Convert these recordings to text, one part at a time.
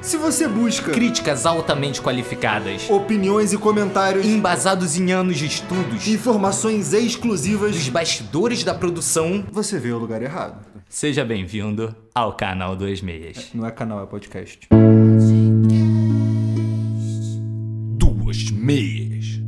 Se você busca Críticas altamente qualificadas, opiniões e comentários, embasados em anos de estudos, informações dos exclusivas, bastidores da produção. você veio ao lugar errado. Seja bem-vindo ao canal 26. Não é canal, é podcast. Duas meias.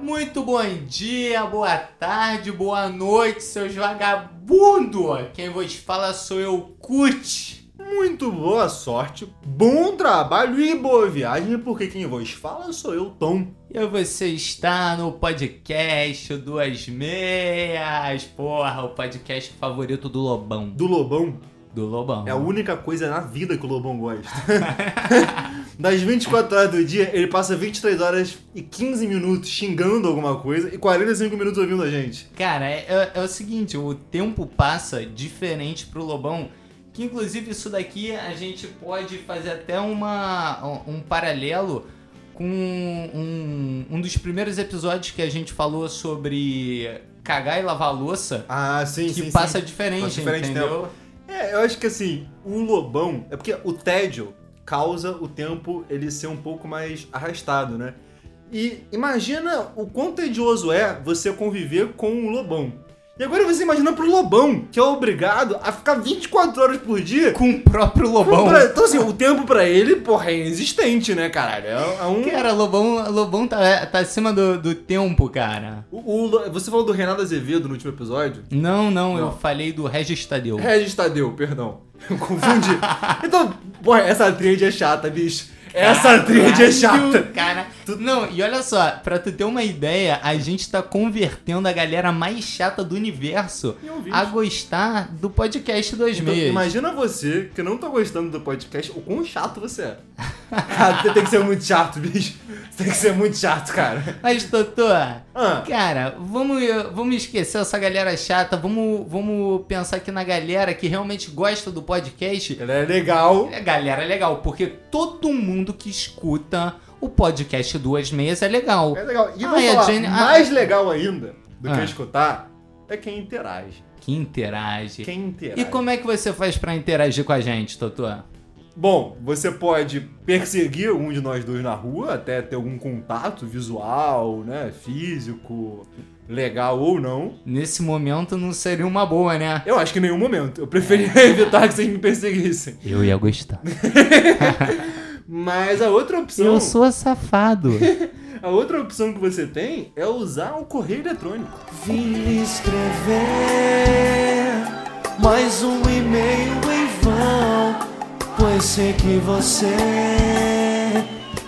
Muito bom dia, boa tarde, boa noite, seus vagabundo! Quem vos fala sou eu, Kut. Muito boa sorte, bom trabalho e boa viagem, porque quem vos fala sou eu, Tom. E você está no podcast Duas Meias, porra, o podcast favorito do Lobão. Do Lobão. Do Lobão. É a única coisa na vida que o Lobão gosta. Das 24 horas do dia, ele passa 23 horas e 15 minutos xingando alguma coisa e 45 minutos ouvindo a gente. Cara, é, é- é o seguinte, o tempo passa diferente pro Lobão, que inclusive isso daqui a gente pode fazer até uma, um paralelo com um, um dos primeiros episódios que a gente falou sobre cagar e lavar a louça, Ah, sim, que sim, sim. passa diferente, Passa diferente entendeu? É, eu acho que assim, o Lobão. É porque o tédio causa o tempo ele ser um pouco mais arrastado, né? E imagina o quão tedioso é você conviver com o Lobão. E agora você imagina pro Lobão, que é obrigado a ficar 24 horas por dia. Com o próprio Lobão. Pra- então, assim, o tempo pra ele, porra, é inexistente, né, caralho? É, é um. Cara, Lobão, Lobão tá, tá acima do, do tempo, cara. O- o Lo- você falou do Renato Azevedo no último episódio? Não, não, eu Não. É, falei do Regis Tadeu. Regis Tadeu, perdão. Eu confundi. Então, boy, essa trilha é chata, bicho. Essa trilha é chata. Caralho, Cara. Não, e olha só, pra tu ter uma ideia, a gente tá convertendo a galera mais chata do universo a gostar do podcast 2 Então, meias. imagina você que não tá gostando do podcast, o quão chato você é. Cara, você tem que ser muito chato, bicho. Você tem que ser muito chato, cara. Mas, Totô, Ah, cara, vamos, vamos esquecer essa galera chata, vamos, vamos pensar aqui na galera que realmente gosta do podcast. ela é legal. É, Galera, é legal, porque todo mundo que escuta o podcast 2 meias é legal. É legal. E Ah, vou e a falar, Jenny- ah, mais legal ainda do que Ah. escutar é quem interage. Que interage. Quem interage. E como é que você faz pra interagir com a gente, Totô? Bom, você pode perseguir um de nós dois na rua, até ter algum contato visual, né? Físico, legal ou não. Nesse momento não seria uma boa, né? Eu acho que em nenhum momento. Eu preferia evitar que vocês me perseguissem. Eu ia gostar. Então- Mas a outra opção. Eu sou safado. A outra opção que você tem é usar o correio eletrônico. Vim escrever mais um e-mail em vão, pois sei que você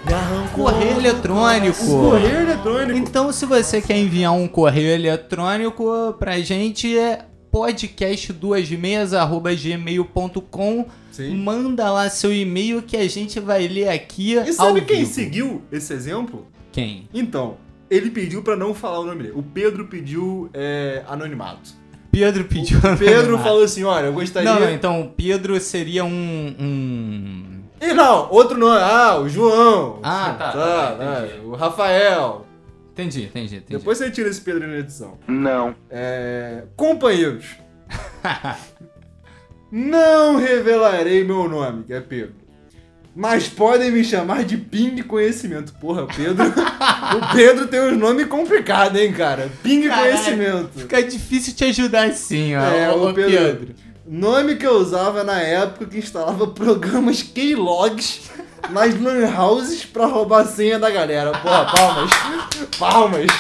me arrancou. Correio O eletrônico. Então- correio eletrônico. Então, se você quer enviar um correio eletrônico pra gente, é podcast26@gmail.com. Sim. Manda lá seu e-mail que a gente vai ler aqui. E sabe ao quem vivo. seguiu esse exemplo? Quem? Então, ele pediu pra não falar o nome dele. O Pedro pediu é, anonimato. Pedro pediu. O Pedro anonimato. falou assim: olha, eu gostaria. Não, não, então Pedro seria um- um E não, outro nome. Ah, o João. né, Ah, tá, tá, tá, entendi. O Rafael. Entendi, entendi, entendi. Depois você tira esse Pedro na edição. Não. É, companheiros. não revelarei meu nome, que é Pedro. Mas podem me chamar de Ping Conhecimento. Porra, Pedro. o Pedro tem uns nomes complicados, hein, cara? Ping Caralho. Conhecimento. Fica difícil te ajudar assim, ó. É, Ô, o ô, Pedro. Nome que eu usava na época que instalava programas Keylogs nas lan houses pra roubar a senha da galera. Porra, palmas. Palmas.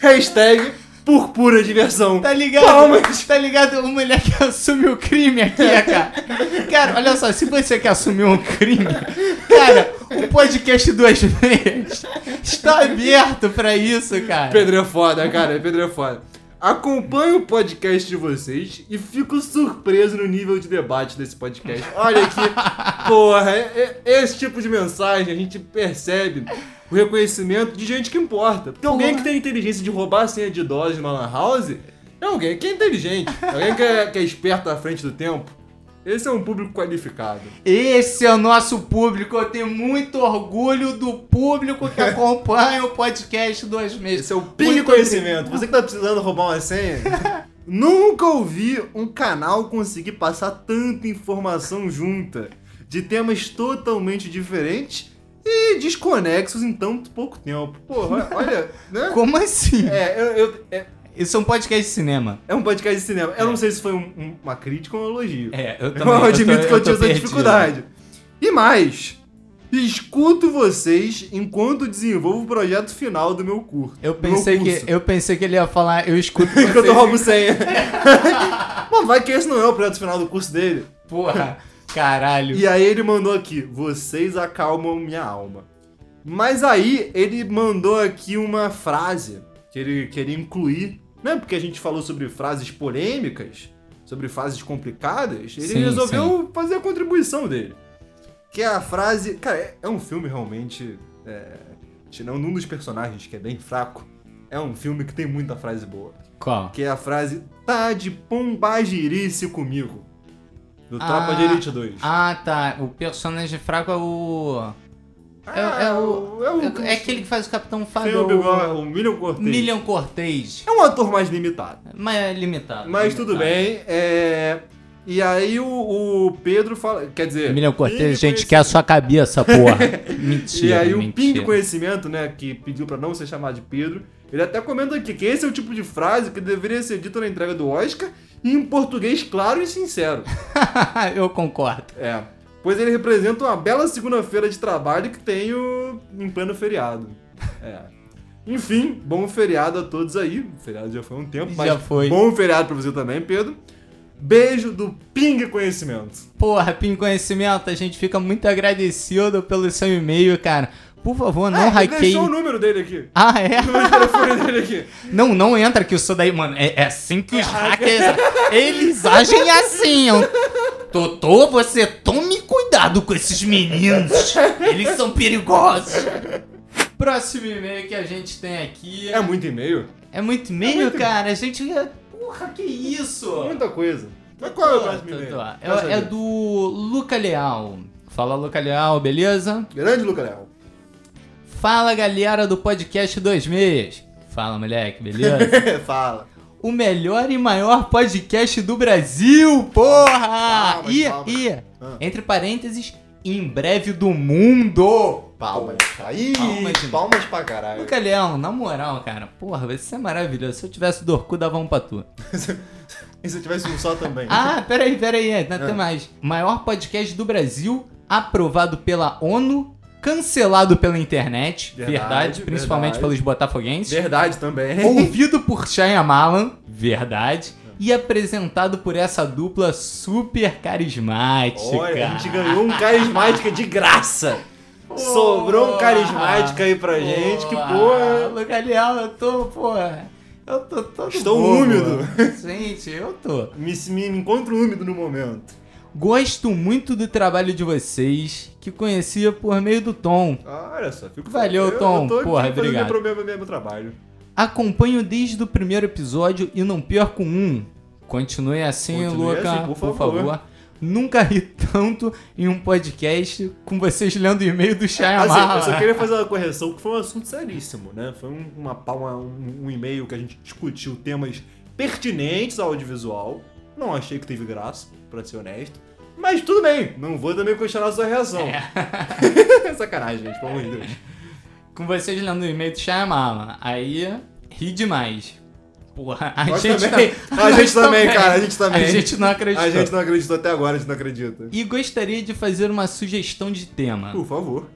Hashtag por pura diversão. Tá ligado? Palmas. Tá ligado? O moleque que assumiu o crime aqui, cara. Cara, olha só, se você quer assumir um crime, cara, o podcast duas vezes está aberto pra isso, cara. Pedro é foda, cara. Pedro é foda. Acompanho o podcast de vocês e fico surpreso no nível de debate desse podcast. Olha que porra, é- é- esse tipo de mensagem a gente percebe o reconhecimento de gente que importa. Porque alguém que tem inteligência de roubar a senha de idosos numa lan house é alguém que é inteligente, é alguém que é, que é esperto à frente do tempo. Esse é um público qualificado. Esse é o nosso público. Eu tenho muito orgulho do público que acompanha o podcast duas meses. Esse é o ping Muito conhecimento. Você que tá precisando roubar uma senha, Nunca ouvi um canal conseguir passar tanta informação junta, de temas totalmente diferentes e desconexos em tão pouco tempo. Porra, olha, né? Como assim? É, eu- eu- é, Isso é um podcast de cinema. é um podcast de cinema. Eu não sei se foi um- um- uma crítica ou um elogio. É, eu eu admito tô- que eu tô tive essa perdido. dificuldade. E mais, escuto vocês enquanto desenvolvo o projeto final do meu curso. Eu do meu pensei, curso. que, eu pensei que ele ia falar, eu escuto Enquanto eu vocês- roubo senha. Mano, vai que esse não é o projeto final do curso dele. Porra, caralho. E aí ele mandou aqui, vocês acalmam minha alma. Mas aí ele mandou aqui uma frase que ele queria incluir, né? Porque a gente falou sobre frases polêmicas, sobre frases complicadas, ele Sim, resolveu fazer a contribuição dele. Que é a frase. Cara, é- é um filme realmente. É, tirando um dos personagens, que é bem fraco, é um filme que tem muita frase boa. Qual? Que é a frase Tá de pombagirice comigo. Do Ah, Tropa de Elite 2. Ah, tá. O personagem fraco é o. É, é o, É o. é aquele que faz o Capitão Tem Fábio. o Bigode, O o Million Cortez. Million Cortez. É um ator mais limitado. Mas é limitado. Mas limitado. tudo bem. É... E aí o, o Pedro fala. Quer dizer. Million Cortez, Pingo gente, quer a sua cabeça, porra. Conhecimento. mentira. E aí o Ping mentira. Conhecimento, né? Que pediu pra não ser chamado de Pedro. Ele até comenta aqui que esse é o tipo de frase que deveria ser dita na entrega do Oscar. E em português claro e sincero. Eu concordo. É. Pois ele representa uma bela segunda-feira de trabalho que tenho em pleno feriado. É. Enfim, bom feriado a todos aí. O feriado já foi há um tempo, mas Já foi. bom feriado pra você também, Pedro. Beijo do Ping Conhecimento. Porra, Pim Conhecimento, a gente fica muito agradecido pelo seu e-mail, cara. Por favor, não ah, ele hackeie. deixou o número dele aqui. Ah, é? O número de telefone dele aqui. Não, não entra que isso daí, mano. É, é assim que os hackers. eles agem assim, ó. Totô, você tome cuidado com esses meninos. Eles são perigosos. Próximo e-mail que a gente tem aqui. É muito e-mail? É muito e-mail, cara. A gente. Porra, que isso? Muita coisa. Mas qual é o Tô, próximo tô, e-mail? tô. Quer É, saber? é do Luca Leal. Fala, Luca Leal, beleza? Grande Luca Léo. Fala, galera do podcast 26. Fala, moleque, beleza? Fala. O melhor e maior podcast do Brasil, porra! Palmas, E, palmas. e, Ah. entre parênteses, em breve do mundo! Palmas. Aí, Palmas de palmas, novo. pra caralho. Luca Leão, na moral, cara, porra, você é maravilhoso. Se eu tivesse do Orkut, dava um pra tu. E se eu tivesse um só também? Ah, peraí, peraí, ainda Ah. tem mais. Maior podcast do Brasil, aprovado pela ONU, cancelado pela internet, Verdade, verdade, principalmente verdade. pelos botafoguenses. Verdade também. Ouvido por Shyamalan, verdade. E apresentado por essa dupla super carismática. Olha, a gente ganhou um carismática de graça. Sobrou um carismática aí pra gente, que porra. Lucalial, eu tô, porra. Eu tô todo Estou bobo. úmido. Gente, eu tô. Me, me encontro úmido no momento. Gosto muito do trabalho de vocês, que conhecia por meio do Tom. Olha só, fico Valeu, eu- eu Tom. tô aqui Porra, fazendo obrigado. Meu problema mesmo trabalho. Acompanho desde o primeiro episódio e não perco um. Continue assim, Continue Luca, assim, por por, favor. favor. Nunca ri tanto em um podcast com vocês lendo e-mail do Assim, Shyamala. eu só queria fazer uma correção, que foi um assunto seríssimo, né? Foi um, uma, pa- uma- um, um e-mail que a gente discutiu temas pertinentes ao audiovisual. Não achei que teve graça, pra ser honesto. Mas tudo bem, não vou também questionar a sua reação. É. Sacanagem, gente, pelo amor de Deus. Com vocês lendo e-mail do Shyamala. Aí, ri demais. Porra, a Nós gente também. tá- A gente nós também, cara, a gente também. A gente não acredita. A gente não acreditou até agora, a gente não acredita. E gostaria de fazer uma sugestão de tema. Por favor.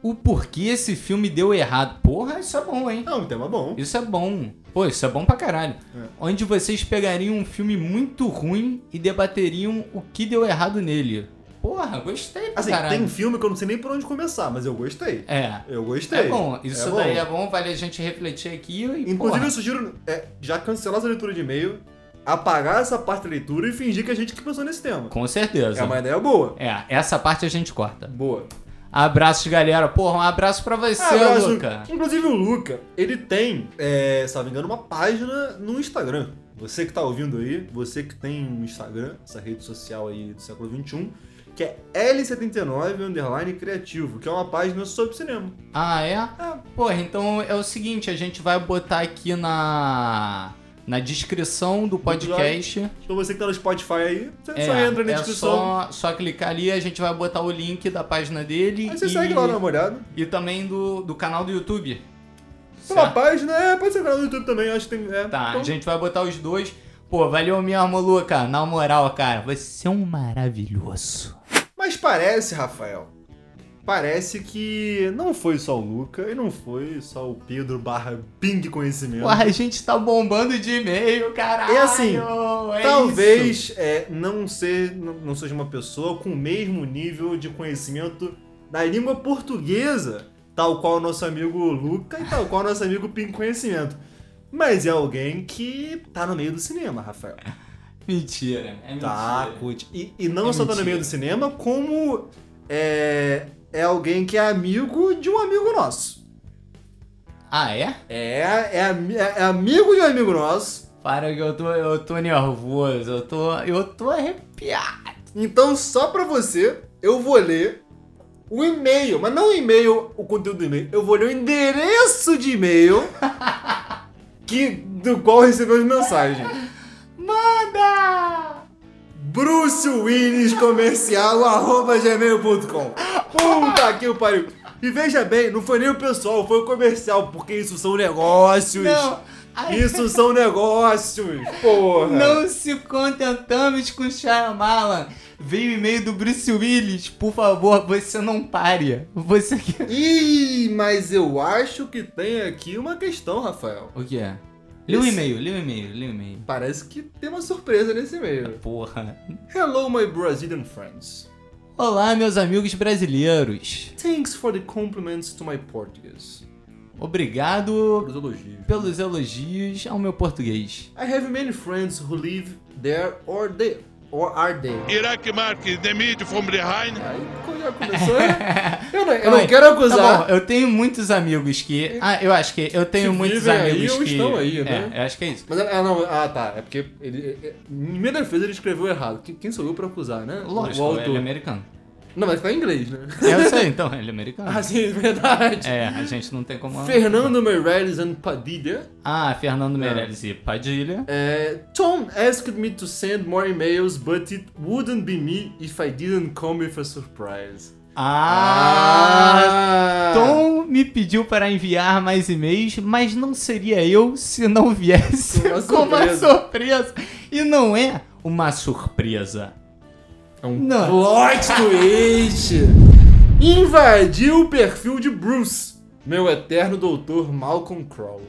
O porquê esse filme deu errado. Porra, isso é bom, hein? É um tema bom. Isso é bom. Pô, isso é bom pra caralho. É. Onde vocês pegariam um filme muito ruim e debateriam o que deu errado nele. Porra, gostei pra Assim, tem caralho. um filme que eu não sei nem por onde começar, mas eu gostei. É. Eu gostei. É bom, isso É bom. daí é bom, vale a gente refletir aqui e. Inclusive, porra, eu sugiro é, já cancelar essa leitura de e-mail, apagar essa parte da leitura e fingir que a gente que pensou nesse tema. com É certeza. uma ideia boa. É, essa parte a gente corta. Boa. Abraços, galera. Porra, um abraço pra você, Abraço. Luca. Ah, Inclusive, o Luca, ele tem, é, se não me engano, uma página no Instagram. Você que tá ouvindo aí, você que tem um Instagram, essa rede social aí do século XXI, que é L79 Underline Criativo, que é uma página sobre cinema. é Ah, é? Porra, então é o seguinte, a gente vai botar aqui na na descrição do podcast. Então você que tá no Spotify aí, você É, só entra na é descrição. Só, só clicar ali, a gente vai botar o link da página dele. Aí você e, segue lá, namorado. E também do, do canal do YouTube. Pela Certo? página, é, pode ser canal do YouTube também, acho que tem. É, Tá, então, a gente vai botar os dois. Pô, valeu mesmo, Luca. Na moral, cara, você é um maravilhoso. Mas parece, Rafael. Parece que não foi só o Luca e não foi só o Pedro barra Bing Conhecimento. Pô, a gente tá bombando de e-mail, caralho. É assim, é isso. Talvez é, não, ser, não não seja uma pessoa com o mesmo nível de conhecimento da língua portuguesa, tal qual nosso amigo Luca e tal qual nosso amigo Pim Conhecimento. Mas é alguém que tá no meio do cinema, Rafael. Mentira, é Tá, mentira. curte. E, e não É só tá no mentira. meio do cinema, como é, é alguém que é amigo de um amigo nosso. Ah, é? É, é, ami- é- é amigo de um amigo nosso. Para que eu tô, eu tô nervoso, eu tô, eu tô arrepiado. Então, só pra você, eu vou ler o e-mail, mas não o e-mail, o conteúdo do e-mail. Eu vou ler o endereço de e-mail que, do qual recebeu as mensagens. Manda! Bruce Willis comercial arroba gmail.com Puta que o pariu. E veja bem, não foi nem o pessoal, foi o comercial, porque isso são negócios. Não, ai, Isso são negócios, porra. não se contentamos com Shyamalan. Veio o e-mail do Bruce Willis. Por favor, você não pare. Você que... Ih, mas eu acho que tem aqui uma questão, Rafael. O que é? Lê o Esse- e-mail, lê o e-mail, lê o e-mail. Parece que tem uma surpresa nesse e-mail. Porra. Hello, my Brazilian friends. Olá, meus amigos brasileiros. Thanks for the compliments to my Portuguese. Obrigado Os elogios. pelos elogios ao meu português. I have many friends who live there or they or are there. Irak Marques, demite from behind. Aí co- já começou. né? Eu não, eu Calma não aí. quero Tá acusar. bom, eu tenho muitos amigos que. Ah, eu acho que eu tenho Que muitos vivem aí amigos ou que. estão aí, né? É, eu acho que é isso. Mas ah, não, ah tá, é porque ele, é- é- em minha defesa ele escreveu errado. Quem, quem sou eu pra acusar, né? Lógico, o ele é autor. americano. Não, mas tá em inglês, né? Eu sei, então, ele é americano. Ah, sim, é verdade. É, a gente não tem como. Fernando Meirelles and Padilha. Ah, Fernando Meirelles e Padilha. É, Tom asked me to send more emails, but it wouldn't be me if I didn't come with a surprise. Ah! Ah. Tom me pediu para enviar mais e-mails, mas não seria eu se não viesse Uma com uma surpresa. surpresa. E não é uma surpresa. É um Não. plot twist! Invadiu o perfil de Bruce, meu eterno doutor Malcolm Crowe.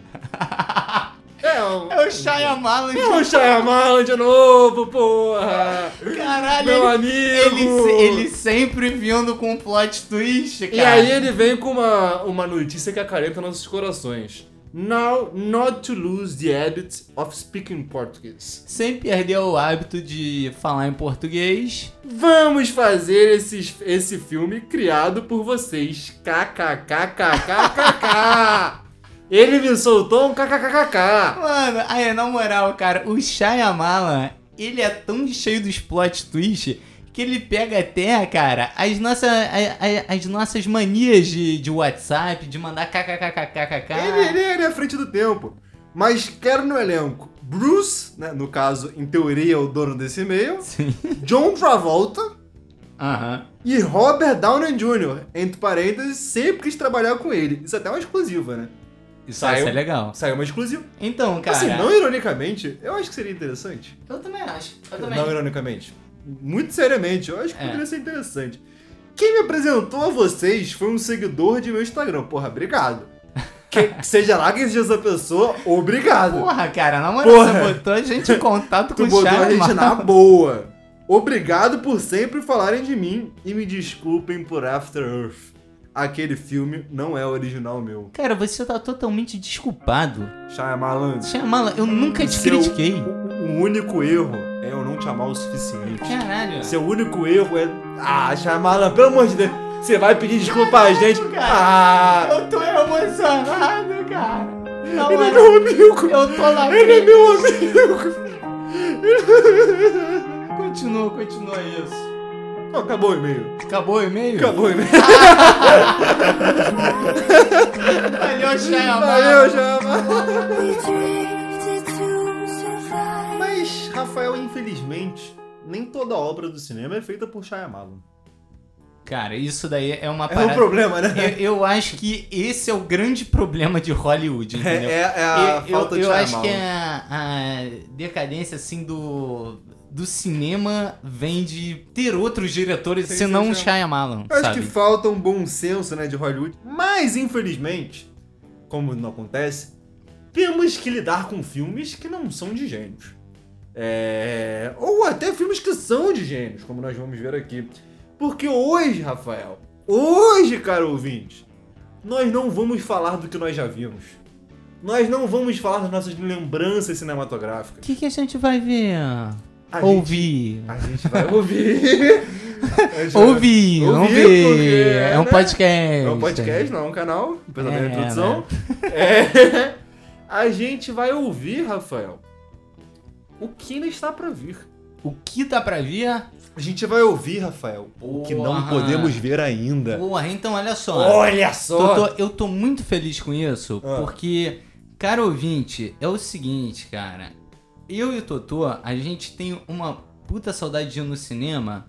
É um... É o Shyamalan. É um Shyamalan de novo, porra! Caralho, Meu ele- Ele, amigo! se- ele sempre vindo com um plot twist, cara. E aí ele vem com uma, uma notícia que acalenta nossos corações. Now, not to lose the habit of speaking Portuguese. Sem perder o hábito de falar em português. Vamos fazer esses, esse filme criado por vocês. KKKKKKK. Ele me soltou um kkkk. Mano, aí, na moral, cara, o Shyamalan, ele é tão cheio dos plot twist que ele pega até, cara, as, nossa, a- a- as nossas manias de, de WhatsApp, de mandar kkkkkkk. Ele, ele, ele é à frente do tempo. Mas quero no elenco Bruce, né, no caso, em teoria, é o dono desse e-mail. Sim. John Travolta Aham. e Robert Downey Jr., entre parênteses, sempre quis trabalhar com ele. Isso até é uma exclusiva, né? Isso, isso é legal. Saiu uma exclusiva. Então, cara, Assim, não ironicamente, eu acho que seria interessante. eu também acho. Eu também. Não ironicamente. Muito seriamente, eu acho que É. poderia ser interessante. Quem me apresentou a vocês foi um seguidor de meu Instagram. Porra, obrigado. Que- seja lá quem seja essa pessoa, obrigado. Porra, cara, na moral, Porra. você botou a gente em contato com Tu o botou a gente Shyamalan. na boa. Obrigado por sempre falarem de mim e me desculpem por After Earth. Aquele filme não é original meu. Cara, você tá totalmente desculpado. Shyamalan, Shyamalan, eu nunca te Seu- critiquei. o o único erro é eu não te amar o suficiente. Caralho. Seu único erro é... Ah, Shyamalan, pelo amor de Deus. Você vai pedir desculpa a gente. Ah, Eu tô emocionado, cara. Não, ele é mano, meu amigo. eu tô lá. Ele é meu amigo. Continua, continua isso. Não, acabou o e-mail. Acabou o e-mail? Acabou o e-mail. Valeu, Shyamalan. Valeu, Shyamalan. We drifted through Rafael, infelizmente, nem toda obra do cinema é feita por Shyamalan. Cara, isso daí é uma É um parada. problema, né? eu, eu acho que esse é o grande problema de Hollywood, É, entendeu? é- é a eu, falta eu, de eu acho Shyamalan. que é a, a decadência assim do do cinema vem de ter outros diretores Sim, senão sim, o sim. Shyamalan, Eu acho sabe? que falta um bom senso, né, de Hollywood. Mas, infelizmente, como não acontece, temos que lidar com filmes que não são de gênios. É, Ou até filmes que são de gênios, como nós vamos ver aqui. Porque hoje, Rafael, Hoje, caro ouvinte, nós não vamos falar do que nós já vimos. Nós não vamos falar das nossas O lembranças cinematográficas. que, que a gente vai ver? A ouvir. A gente vai ouvir. Ouvir, Ouvir, ouvir. porque, é um né? podcast. É um podcast, não é um canal, apesar da É, né? minha introdução. É. A gente vai ouvir, Rafael, o que ainda está pra vir. O que dá pra ver? A gente vai ouvir, Rafael, o que não Porra. podemos ver ainda. Porra, então olha só. É. Olha Tô- só! tô- eu tô muito feliz com isso, Ah. porque, cara ouvinte, é o seguinte, cara. Eu e o Totô, a gente tem uma puta saudade de ir no cinema,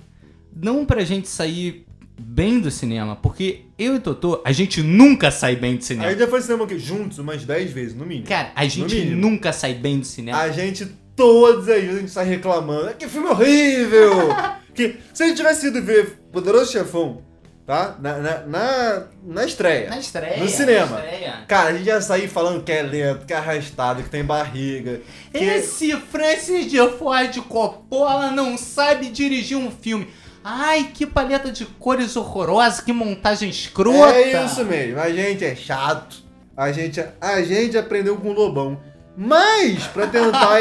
não pra gente sair bem do cinema, porque eu e o Totô, a gente nunca sai bem do A cinema. gente já foi cinema aqui juntos umas 10 vezes, no mínimo. Cara, a gente mínimo. nunca sai bem do cinema. A gente, todas as vezes, a gente sai reclamando. "Ah, Que filme horrível! que se a gente tivesse ido ver Poderoso Chefão, tá? Na, na, na, na estreia. Na estreia. No cinema. na estreia. Cara, a gente ia sair falando que é lento, que é arrastado, que tem barriga. Que... é Esse Francis de Ford Coppola não sabe dirigir um filme. Ai, que paleta de cores horrorosa, que montagem escrota. É isso mesmo, a gente é chato. A gente, a gente aprendeu com o Lobão. Mas, pra tentar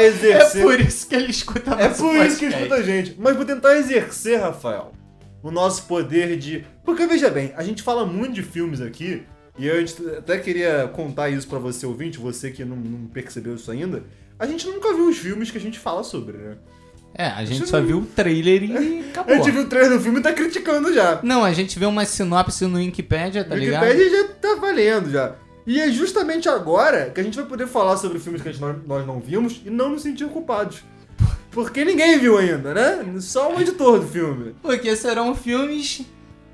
É exercer. por isso que ele escuta É nosso por isso que podcast. escuta a gente. Mas vou tentar exercer, Rafael, o nosso poder de. Porque veja bem, a gente fala muito de filmes aqui, e eu até queria contar isso pra você ouvinte, você que não, não percebeu isso ainda. A gente nunca viu os filmes que a gente fala sobre, né? É, a gente Isso só não- viu o trailer e A acabou. gente viu o trailer do filme e tá criticando já. Não, a gente vê uma sinopse no Wikipedia, tá ligado? Wikipedia já tá valendo já. E é justamente agora que a gente vai poder falar sobre filmes que a gente- nós, nós não vimos e não nos sentir culpados. Porque ninguém viu ainda, né? Só o editor do filme. Porque serão filmes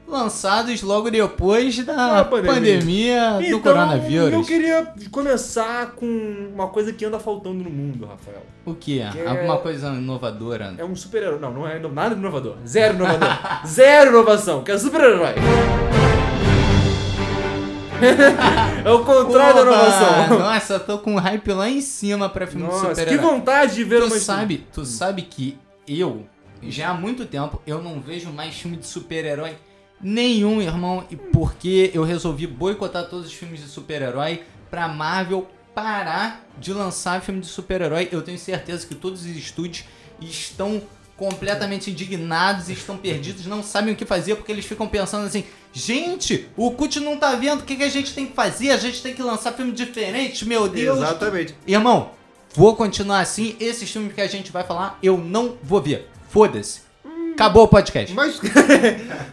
lançados logo depois da Da Ah, pandemia. pandemia, Ah, do coronavírus. Então, Eu queria começar com uma coisa que anda faltando no mundo, Rafael. O que? Que- Alguma coisa inovadora? né? É um super-herói. Não, não é ino- nada de inovador. Zero inovador. Zero inovação, que é super-herói. é o contrário da Oba! inovação. Nossa, eu tô com um hype lá em cima pra filme de Nossa, que super-herói. vontade de ver Tu uma sabe, tu sabe que eu, já há muito tempo, eu não vejo mais filme de super-herói nenhum, irmão. E porque eu resolvi boicotar todos os filmes de super-herói pra Marvel parar de lançar filme de super-herói. Eu tenho certeza que todos os estúdios estão completamente indignados, estão perdidos, não sabem o que fazer, porque eles ficam pensando assim, gente, o Cut não tá vendo, o que, que a gente tem que fazer? A gente tem que lançar filme diferente, meu Deus, Exatamente. Irmão, vou continuar assim. Esse filme que a gente vai falar, eu não vou ver. Foda-se. Acabou o podcast. Mas,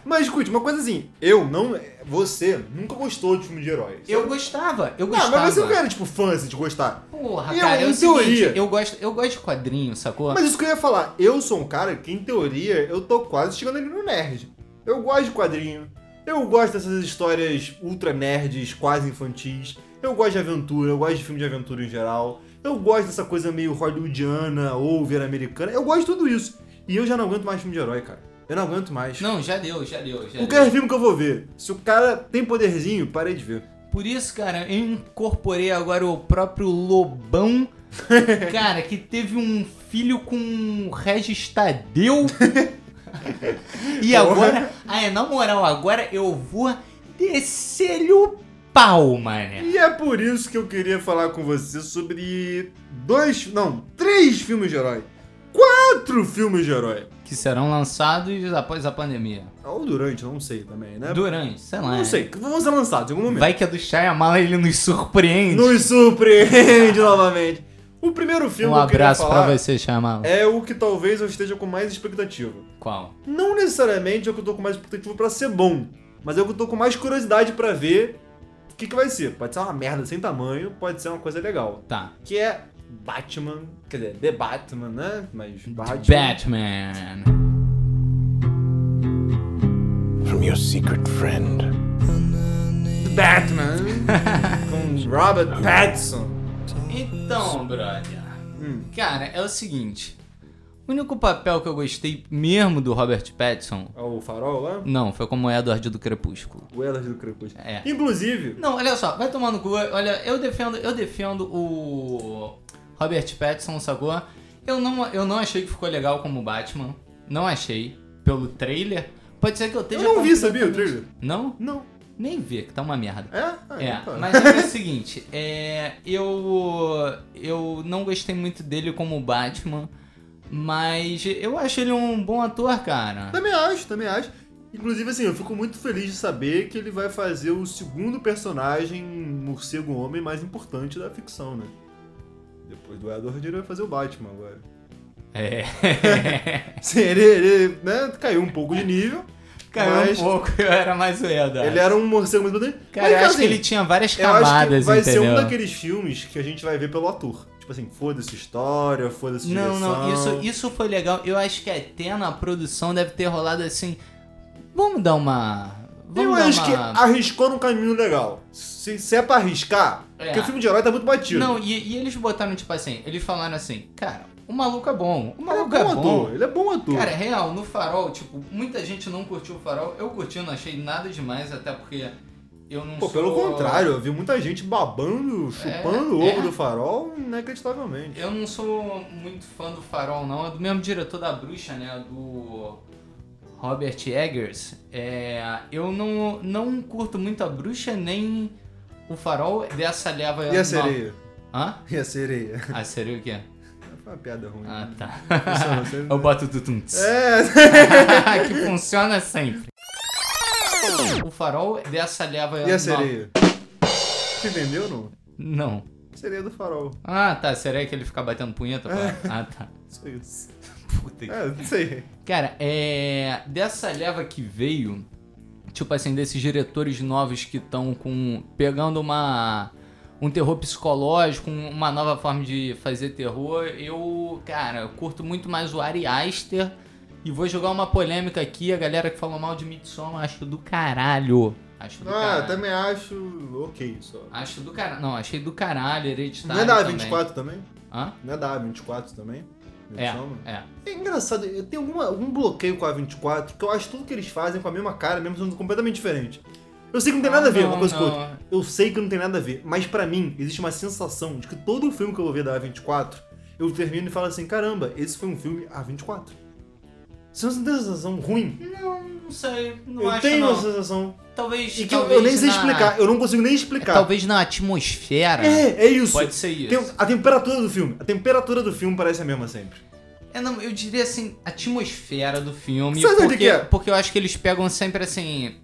mas escute, uma coisa assim. Eu não... Você nunca gostou de filme de herói. Eu gostava, eu Não, gostava. mas você não era, tipo, fã assim, de gostar. Porra, Eu, cara, eu, em o seguinte, teoria. eu gosto, eu gosto de quadrinho, sacou? Mas isso que eu ia falar, eu sou um cara que, em teoria, eu tô quase chegando ali no nerd. Eu gosto de quadrinho, eu gosto dessas histórias ultra nerds, quase infantis, eu gosto de aventura, eu gosto de filme de aventura em geral, eu gosto dessa coisa meio hollywoodiana, over americana, eu gosto de tudo isso. E eu já não aguento mais filme de herói, cara. Eu não aguento mais. Não, já deu, já deu, já Qualquer deu. filme Um que eu vou ver, se o cara tem poderzinho, parei de ver. Por isso, cara, eu incorporei agora o próprio Lobão, cara, que teve um filho com o Regis Tadeu. e agora, ah, na moral, agora eu vou descer-lhe o pau, mané. E é por isso que eu queria falar com você sobre dois, não, três filmes de herói. Quatro filmes de herói. que serão lançados após a pandemia. Ou durante, não sei também, né? Durante, sei lá. é. Não sei, que vão ser lançados em algum momento. Vai que a do Shyamalan ele nos surpreende. Nos surpreende novamente. O primeiro filme um que eu queria abraço falar pra você, Shyamalan. é o que talvez eu esteja com mais expectativa. Qual? Não necessariamente é o que eu tô com mais expectativa pra ser bom, mas é o que eu tô com mais curiosidade pra ver o que, que vai ser. Pode ser uma merda sem tamanho, pode ser uma coisa legal. Tá. Que é Batman, quer dizer, The Batman, né? Mas Batman. Batman. From your secret friend. Batman com Robert Pattinson. Então, brother. Hum. Cara, é o seguinte. O único papel que eu gostei mesmo do Robert Pattinson... Ó, É O farol lá? Não, foi como Edward do Crepúsculo. O Elas do Crepúsculo. É. Inclusive, Não, olha só, vai tomar no cu. Olha, eu defendo, eu defendo o Robert Pattinson, sacou? Eu não, eu não achei que ficou legal como Batman. Não achei. Pelo trailer. Pode ser que eu eu esteja. não vi, completamente- sabia o trailer? Não? Não. Nem vi, que tá uma merda. É? Ah, É, então. mas é o seguinte, é, eu, eu não gostei muito dele como Batman, mas eu acho ele um bom ator, cara. Também acho, também acho. Inclusive, assim, eu fico muito feliz de saber que ele vai fazer o segundo personagem morcego homem mais importante da ficção, né? Depois do Edward, ele vai fazer o Batman agora. É, Sim, ele, ele, né, caiu um pouco de nível. caiu Mas- um pouco, eu era mais zoeiro. Ele era um morcego muito importante. Cara, Mas, eu acho assim, que ele tinha várias eu acho que camadas, vai entendeu? ser um daqueles filmes que a gente vai ver pelo ator. Tipo assim, foda-se história, foda-se Não, direção. não, isso, isso foi legal. Eu acho que até na produção deve ter rolado assim. Vamos dar uma. Eu Vamos dar acho que uma... arriscou num caminho legal. Se, se é pra arriscar, É. porque o filme de herói tá muito batido. Não, e, e eles botaram tipo assim, eles falaram assim, cara, o maluco é bom, o Ele é maluco é bom bom. ator, ele é bom ator. Cara, é real, no farol, tipo, muita gente não curtiu o farol. Eu curti, não achei nada demais, até porque eu não sou. Pô, pelo contrário, eu vi muita gente babando, chupando o É, ovo é. do farol, inacreditavelmente. Eu não sou muito fã do farol, não. É do mesmo diretor da bruxa, né? Do Robert Eggers. É, eu não, não curto muito a bruxa nem o farol dessa leva. E a não. sereia? Hã? E a sereia? A sereia o quê? Foi uma piada ruim. Ah, tá. Funciona sempre, Eu né? boto do tum. É, que funciona sempre. O farol dessa leva. e a não. sereia? Você entendeu, não? Não. Sereia do farol. Ah, tá. Será que ele fica batendo punheta? É. pô? Ah, tá. Só isso. Puta que É, não sei. Cara, é. Dessa leva que veio, tipo assim, desses diretores novos que estão com. pegando uma. um terror psicológico, um- uma nova forma de fazer terror, eu. Cara, eu curto muito mais o Ari Aster. E vou jogar uma polêmica aqui, a galera que falou mal de Midsommar, acho do caralho. Acho do Ah, caralho. também acho ok só. Acho do caralho. Não, achei do caralho, hereditário. Não é da também. A24 também? Hã? Não é da A24 também? É, Midsommar? é. É engraçado, eu tenho alguma, algum bloqueio com a 24 que eu acho tudo que eles fazem com a mesma cara, mesmo sendo completamente diferente. Eu sei que não tem nada a ver é Não, uma coisa Ah, não. com outra. Eu sei que não tem nada a ver, mas pra mim existe uma sensação de que todo filme que eu vou ver da A24, eu termino e falo assim: caramba, esse foi um filme A24. Você não tem essa é sensação ruim? Não sei, não eu acho tenho não. essa sensação. Talvez. E que eu- talvez eu nem sei na- explicar, eu não consigo nem É, explicar. Talvez na atmosfera. É, é isso. Pode ser isso. Tem- um a temperatura do filme. A temperatura do filme parece a mesma sempre. É, não, eu diria assim, a atmosfera do filme. Sabe o que porque, que é? porque eu acho que eles pegam sempre assim.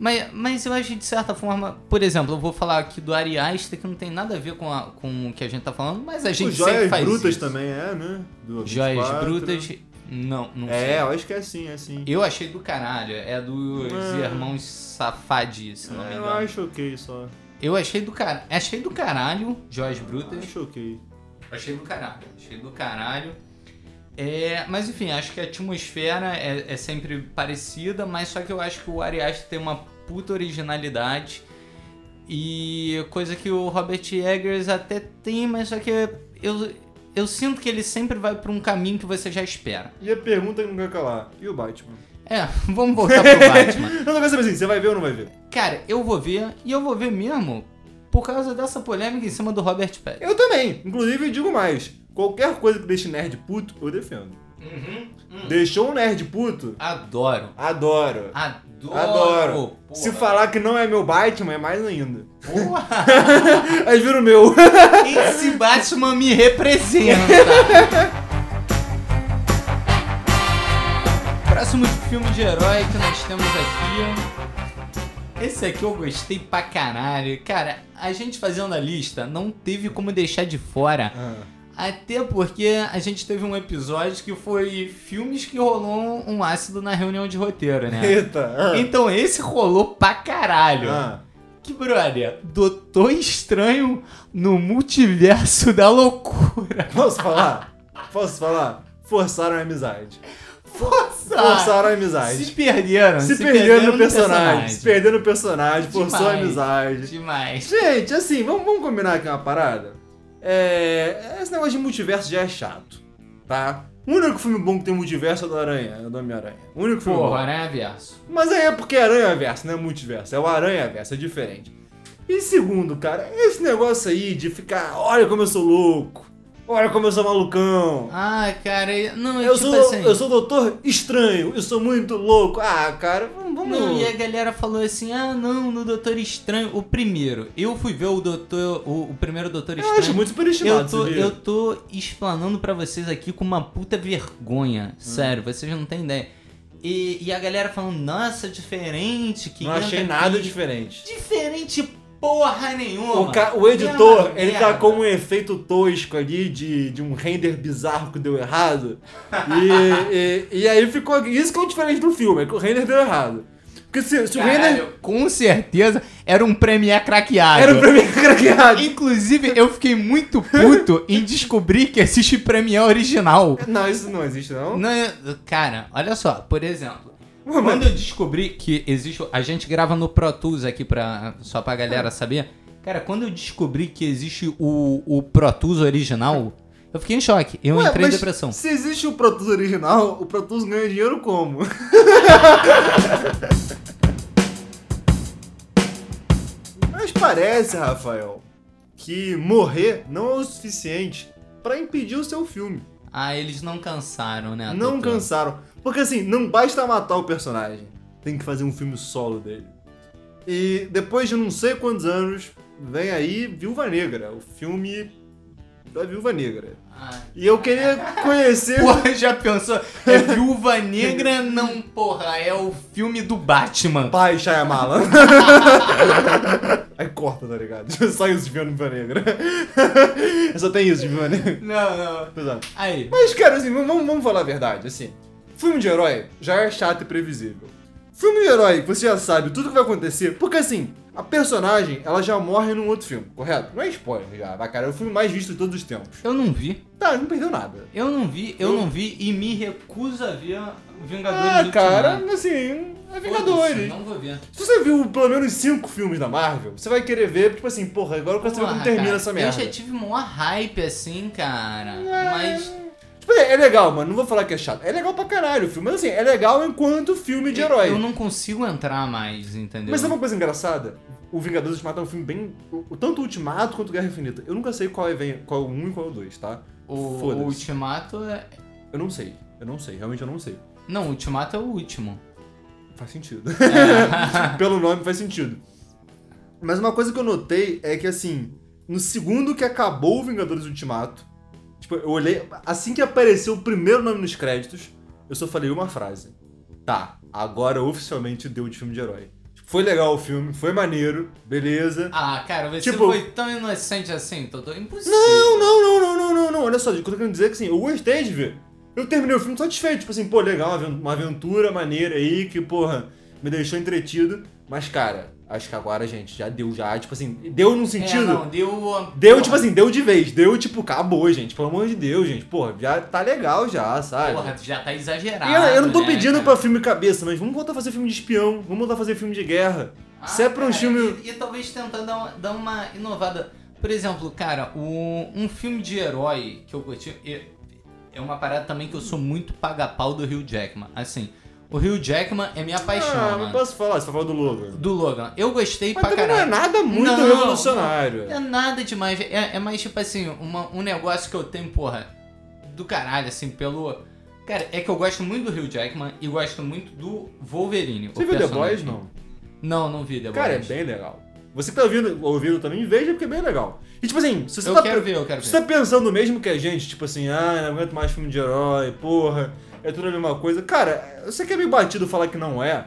Mas, mas eu acho de certa forma. Por exemplo, eu vou falar aqui do Ari Aster, que não tem nada a ver com, a- com o que a gente tá falando, mas a gente Os sempre Joias faz. Brutas isso. também é, né? Do Joias 24. Brutas. Não, não sei. É, eu acho que é assim, é assim. Eu achei do caralho. É dos Ah. irmãos Safadi, se não me É, eu engano. acho ok só. Eu achei do caralho. Achei do caralho, Joias Brutas. Acho ok. Achei do caralho, achei do caralho. É, mas enfim, acho que a atmosfera é, é sempre parecida, mas só que eu acho que o Ari Aster tem uma puta originalidade. E coisa que o Robert Eggers até tem, mas só que eu, eu sinto que ele sempre vai pra um caminho que você já espera. E a pergunta que não quer calar: e o Batman? É, vamos voltar pro Batman. Eu não quero saber assim, você vai ver ou não vai ver? Cara, eu vou ver, e eu vou ver mesmo por causa dessa polêmica em cima do Robert Pattinson. Eu também. Inclusive, eu digo mais: qualquer coisa que deixe nerd puto, eu defendo. Uhum. Hum. Deixou um nerd puto? Adoro. Adoro. Adoro. Adoro. Se porra. falar que não é meu Batman, é mais ainda. Porra. Aí vira o meu. Esse Batman me representa. Próximo filme de herói que nós temos aqui. Esse aqui eu gostei pra caralho. Cara, a gente fazendo a lista não teve como deixar de fora. Ah. Até porque a gente teve um episódio que foi filmes que rolou um ácido na reunião de roteiro, né? Eita. ah, Então esse rolou pra caralho. ah. que, brother, Doutor Estranho no multiverso da loucura. Posso falar? Posso falar? Forçaram a amizade. Força! Forçaram a amizade. Ah, Se perderam. Se, perdendo no personagem, É Se perdendo no personagem, forçou a Demais. amizade. Demais. Gente, assim, vamos, vamos combinar aqui uma parada? É. Esse negócio de multiverso já é chato, tá? O único filme bom que tem multiverso é o do Aranha, é o do Homem-Aranha. O único filme bom. Porra, né, Verso? Mas aí é porque é aranha-verso, não é multiverso. É o aranha-verso, é diferente. E segundo, cara, esse negócio aí de ficar, olha como eu sou louco, olha como eu sou malucão. Ah, cara, eu- não, Eu tipo sou, assim... eu sou doutor estranho, eu sou muito louco. Ah, cara, vamos... vamos- Não, e é a galera falou assim: ah, não, no Doutor Estranho, o primeiro. Eu fui ver o Doutor. O, o primeiro Doutor Eu Estranho. acho muito superestimado, eu tô, sabia? eu tô explanando pra vocês aqui com uma puta vergonha. Hum. Sério, vocês não têm ideia. E, e a galera falando, nossa, diferente, que Não entra achei aqui." nada diferente. Diferente porra nenhuma. O, ca- o editor, Mesma ele tá merda. com um efeito tosco ali de, de um render bizarro que deu errado. E, e, e aí ficou. Isso que é o diferente do filme, é que o render deu errado. Porque se, se o render. Caralho, com certeza era um Premiere craqueado. Era o primeiro craqueado. Inclusive, eu fiquei muito puto em descobrir que existe Premiere original. Não, isso não existe, não. Não, eu- cara, olha só, por exemplo, Ué, mas- quando eu descobri que existe. A gente grava no Pro Tools aqui pra, só pra galera saber. Cara, quando eu descobri que existe o, o Pro Tools original, eu fiquei em choque. Eu Ué, entrei em mas depressão. Se existe o Protus original, o Protus ganha dinheiro como? Mas parece, Rafael, que morrer não é o suficiente pra impedir o seu filme. Ah, eles não cansaram, né? não doutor? cansaram. Porque assim, não basta matar o personagem. Tem que fazer um filme solo dele. E depois de não sei quantos anos, vem aí Viúva Negra, o filme da Viúva Negra. Ah, E eu queria conhecer. Porra, já pensou? É Viúva Negra? Não, porra, é o filme do Batman. Pai Shyamalan. Aí corta, tá ligado? Só isso de Viúva Negra. Só tem isso de Viúva Negra. Não, não. Pois é. Aí. Mas, cara, assim, vamos, vamos falar a verdade, assim. Filme de herói já é chato e previsível. Filme de herói, você já sabe tudo que vai acontecer, porque assim, a personagem, ela já morre num outro filme, correto? Não é spoiler já, vai, cara, é o filme mais visto de todos os tempos. Eu não vi. Tá, não perdeu nada. Eu não vi, eu não vi e me recuso a ver Vingadores Ah, Ultimato. cara, assim, é Foda-se, Vingadores. Não vou ver. Se você viu pelo menos cinco filmes da Marvel, você vai querer ver, tipo assim, porra, agora eu quero saber como Porra, termina cara, essa merda. É, Eu já tive um maior hype assim, cara. Mas. Tipo, é é legal, mano, não vou falar que é chato. É legal pra caralho o filme, mas assim, é legal enquanto filme de herói. Eu não consigo entrar mais, entendeu? Mas sabe uma coisa engraçada? O Vingadores Ultimato é um filme bem. o- o- Tanto o Ultimato quanto Guerra Infinita. Eu nunca sei qual é, vem- qual é o 1 e qual é o 2, tá? o, Foda-se. o Ultimato é. Eu não sei. Eu não sei, realmente eu não sei. Não, o Ultimato é o último. Faz sentido. Pelo nome faz sentido. Mas uma coisa que eu notei é que, assim, no segundo que acabou o Vingadores Ultimato, tipo, eu olhei. Assim que apareceu o primeiro nome nos créditos, eu só falei uma frase. Tá, agora oficialmente deu de filme de herói. Tipo, Foi legal o filme, foi maneiro, beleza. Ah, cara, você Tipo- foi tão inocente assim, Totô. Impossível. Não, não, não, não, não, não, não. Olha só, o que eu tô querendo dizer é que assim, eu gostei de ver. Eu terminei o filme satisfeito, tipo assim, pô, legal, uma aven- uma aventura maneira aí que, porra, me deixou entretido. Mas, cara, acho que agora, gente, já deu, já, tipo assim, deu num É, sentido. não, deu. deu, tipo assim, deu de vez, deu, tipo, acabou, gente, pelo amor de Deus, gente, porra, já tá legal já, sabe? Porra, já tá exagerado. E eu, eu não tô né, pedindo cara? pra filme cabeça, mas vamos voltar a fazer filme de espião, vamos voltar a fazer filme de guerra. Ah, Se é pra um cara, filme. E, e talvez tentando dar uma, dar uma inovada. Por exemplo, cara, o- um filme de herói que eu curti. e- É uma parada também que eu sou muito paga-pau do Hugh Jackman. Assim, o Hugh Jackman é minha paixão, Ah, não mano. posso falar, você tá falando do Logan. Do Logan. Eu gostei Mas pra também não é caralho. nada muito Não, revolucionário. É nada demais. É, é mais tipo assim, uma- um negócio que eu tenho, porra, do caralho, assim, pelo. Cara, é que eu gosto muito do Hugh Jackman e gosto muito do Wolverine. Você o viu The personagem. Boys? Não. Não, não vi The Cara, é Boys. bem legal. Você que tá ouvindo, ouvindo também, veja porque é bem legal. E tipo assim, se você Eu tá. quero ver, eu quero se ver. você tá pensando o mesmo que a gente, tipo assim, ah, não aguento mais filme de herói, porra, é tudo a mesma coisa. Cara, eu sei que é meio batido falar que não é.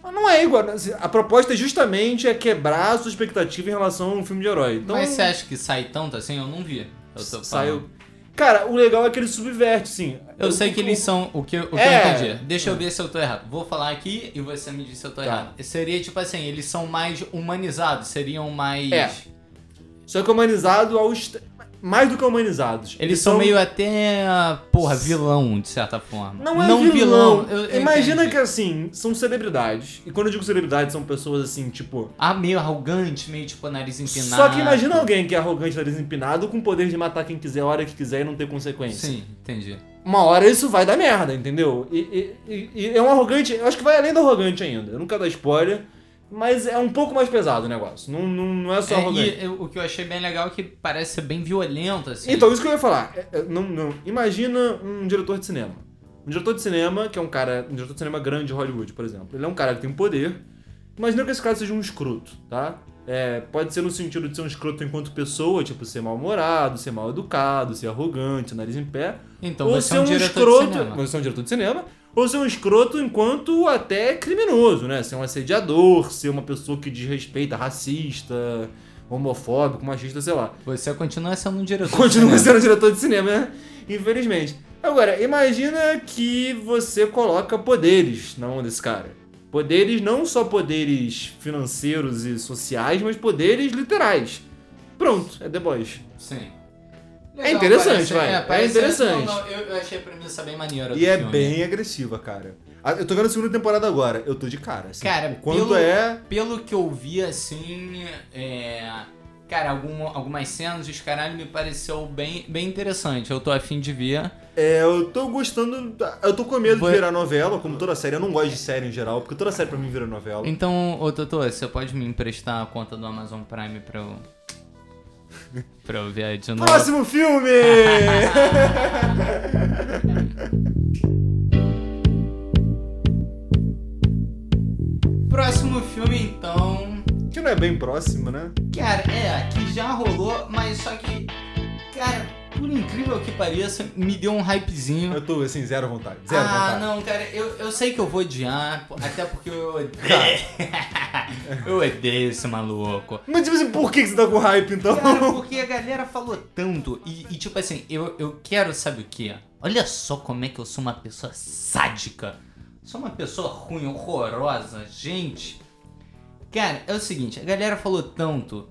Mas não é igual. né? A proposta justamente é quebrar a sua expectativa em relação a um filme de herói. Então, Mas você acha que sai tanto assim? Eu não vi. Eu tô saiu. falando. Cara, o legal é que ele subverte, sim. Eu sei que eles são o que, o que um É. Tá. eu entendi. Deixa eu ver se eu tô errado. Vou falar aqui e você me diz se eu tô errado. Seria tipo assim, eles são mais humanizados, seriam mais. É. Só que humanizado ao est- mais do que humanizados. Eles são meio até, porra, vilão, de certa forma. Não é vilão. eu- eu Imagina entendi. que assim, são celebridades. E quando eu digo celebridades, são pessoas assim, tipo. Ah, meio arrogante, meio tipo nariz empinado. Só que imagina alguém que é arrogante, nariz empinado, com o poder de matar quem quiser, a hora que quiser e não ter consequência. Sim, entendi. Uma hora isso vai dar merda, entendeu? E, e- e- e é um arrogante, eu acho que vai além do arrogante ainda. Eu nunca dou spoiler, mas é um pouco mais pesado o negócio. Não, não, não é só É, arrogante. e eu- o que eu achei bem legal é que parece ser bem violento, assim. Então, isso que eu ia falar. É, é, não, não. Imagina um diretor de cinema. Um diretor de cinema, que é um cara. Um diretor de cinema grande de Hollywood, por exemplo. Ele é um cara que tem poder. Imagina que esse cara seja um escroto, tá? É, pode ser no sentido de ser um escroto enquanto pessoa, tipo ser mal-humorado, ser mal educado, ser arrogante, nariz em pé. Então ou você é um diretor de escroto. cinema. Você é um diretor de cinema. Ou ser um escroto enquanto até criminoso, né? Ser um assediador, ser uma pessoa que desrespeita, racista, homofóbico, machista, sei lá Você continua sendo um diretor. de continua sendo cinema. diretor de cinema, né? Infelizmente. Agora, imagina que você coloca poderes na mão desse cara. Poderes não só poderes financeiros e sociais, mas poderes literais. Pronto, é The Boys. Sim. É interessante, parece- vai. É interessante. Não, não, eu, eu achei a premissa bem maneira. do E é filme. bem agressiva, cara. Ah, Eu tô vendo a segunda temporada agora, eu tô de cara. Assim, Cara, O quanto pelo- é. Pelo que eu vi, assim. É. Cara, algum, algumas cenas, os caralho, me pareceu bem, bem interessante. Eu tô afim de ver. É, eu tô gostando. da- Eu tô com medo Vai- de virar novela, como toda série. Eu não gosto de série em geral, porque toda série pra mim vira novela. Então, ô Totô, você pode me emprestar a conta do Amazon Prime pra eu. pra eu ver aí de novo? Próximo filme! Próximo filme, então. que não é bem próximo, né? Cara, é, que já rolou, mas só que. Cara, por incrível que pareça, me deu um hypezinho. Eu tô assim, zero vontade. Zero ah, vontade. não, cara, eu, eu sei que eu vou odiar, pô, até porque eu odeio. eu odeio esse maluco. Mas tipo assim, por que que você tá com hype então? Cara, porque a galera falou tanto. E, e, tipo assim, eu, eu quero, sabe o quê? Olha só como é que eu sou uma pessoa sádica. Sou uma pessoa ruim, horrorosa, gente. Cara, é o seguinte, a galera falou tanto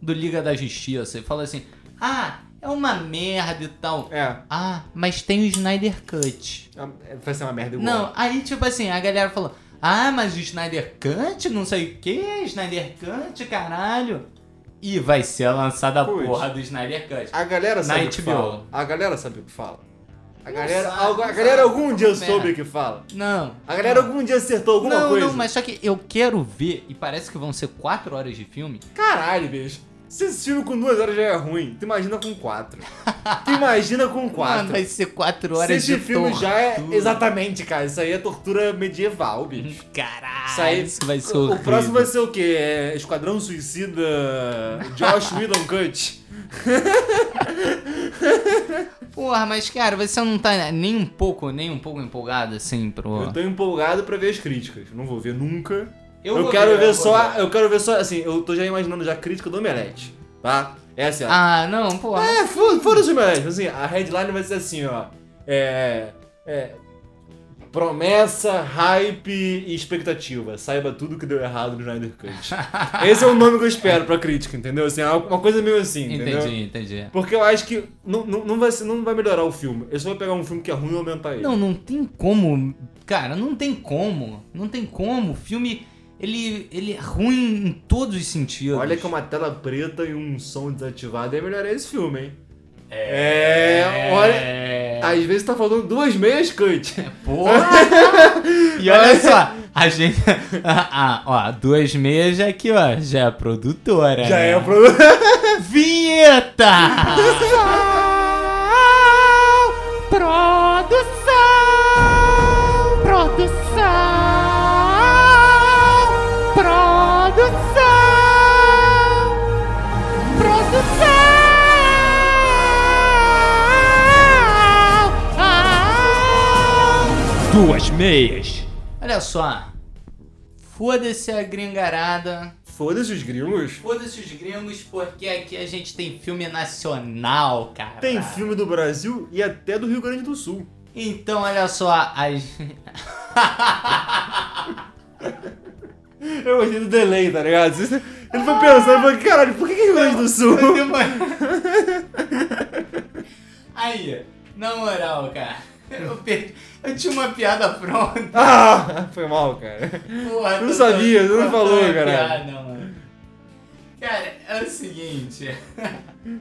do Liga da Justiça e falou assim: ah, é uma merda e tal. É, Ah, mas tem o Snyder Cut. é, vai ser uma merda igual. Não, aí tipo assim, a galera falou: Ah, mas o Snyder Cut, não sei o que, Snyder Cut, caralho. E vai ser lançada a Pois. Ah, porra do Snyder Cut. A galera sabe Na o que HBO. fala. A galera sabe o que fala. A galera, sabe, algu- a não galera sabe. algum dia Merda. soube o que fala. Não. A galera algum dia acertou alguma não, coisa. não, mas só que eu quero ver, e parece que vão ser 4 horas de filme. Caralho, bicho. Se esse filme com duas horas já é ruim, tu imagina com quatro. tu imagina com Mano, quatro. vai ser 4 Se horas esse é de filme tortura. Uhum. já é. Exatamente, cara. Isso aí é tortura medieval, bicho. Caralho, Isso isso, aí- vai ser O horrível. próximo vai ser o quê? É Esquadrão Suicida Josh Whedon Cut. Porra, mas cara, você não tá nem um pouco, nem um pouco empolgado assim pro... Eu tô empolgado pra ver as críticas. Não vou ver nunca. Eu, vou quero ver, eu vou só. ver. Eu quero ver só. Assim, eu tô já imaginando já a crítica do Omelete. Tá? É assim, ó. Ah, não, porra. É, fo- foda-se o Omelete. Assim, a headline vai ser assim, ó. É. É. Promessa, hype e expectativa. Saiba tudo que deu errado no Snyder Cut. Esse é o nome que eu espero pra crítica, entendeu? Assim, é uma coisa meio assim, entendeu? entendi, entendi. Porque eu acho que não, não, não vai, ser- não vai melhorar o filme. Eu só vou pegar um filme que é ruim e aumentar ele. Não, não tem como. Cara, não tem como. Não tem como. O filme, ele, ele é ruim em todos os sentidos. Olha que uma tela preta e um som desativado é melhorar esse filme, hein? É. olha. É. Às vezes tá faltando duas meias cut. Porra! e olha só, a gente. Ah, ah, ó, duas meias já aqui, ó. Já é a produtora. Já né? é o problema. Vinheta! Produção! Produção! Produção! Produção! Duas meias. Olha só. Foda-se a gringarada. Foda-se os gringos. Foda-se os gringos, porque aqui a gente tem filme nacional, cara. Tem filme do Brasil e até do Rio Grande do Sul. Então, olha só, a gen- Eu gostei do delay, tá ligado? Ele foi pensando e falou, caralho, por que que Rio Grande do Sul? Aí, na moral, cara. Eu, perdi- eu tinha uma piada pronta. Ah, foi mal, cara. Porra, Não tô- sabia, você não tô- falou, tô- caralho. piada, mano. Cara, é o seguinte.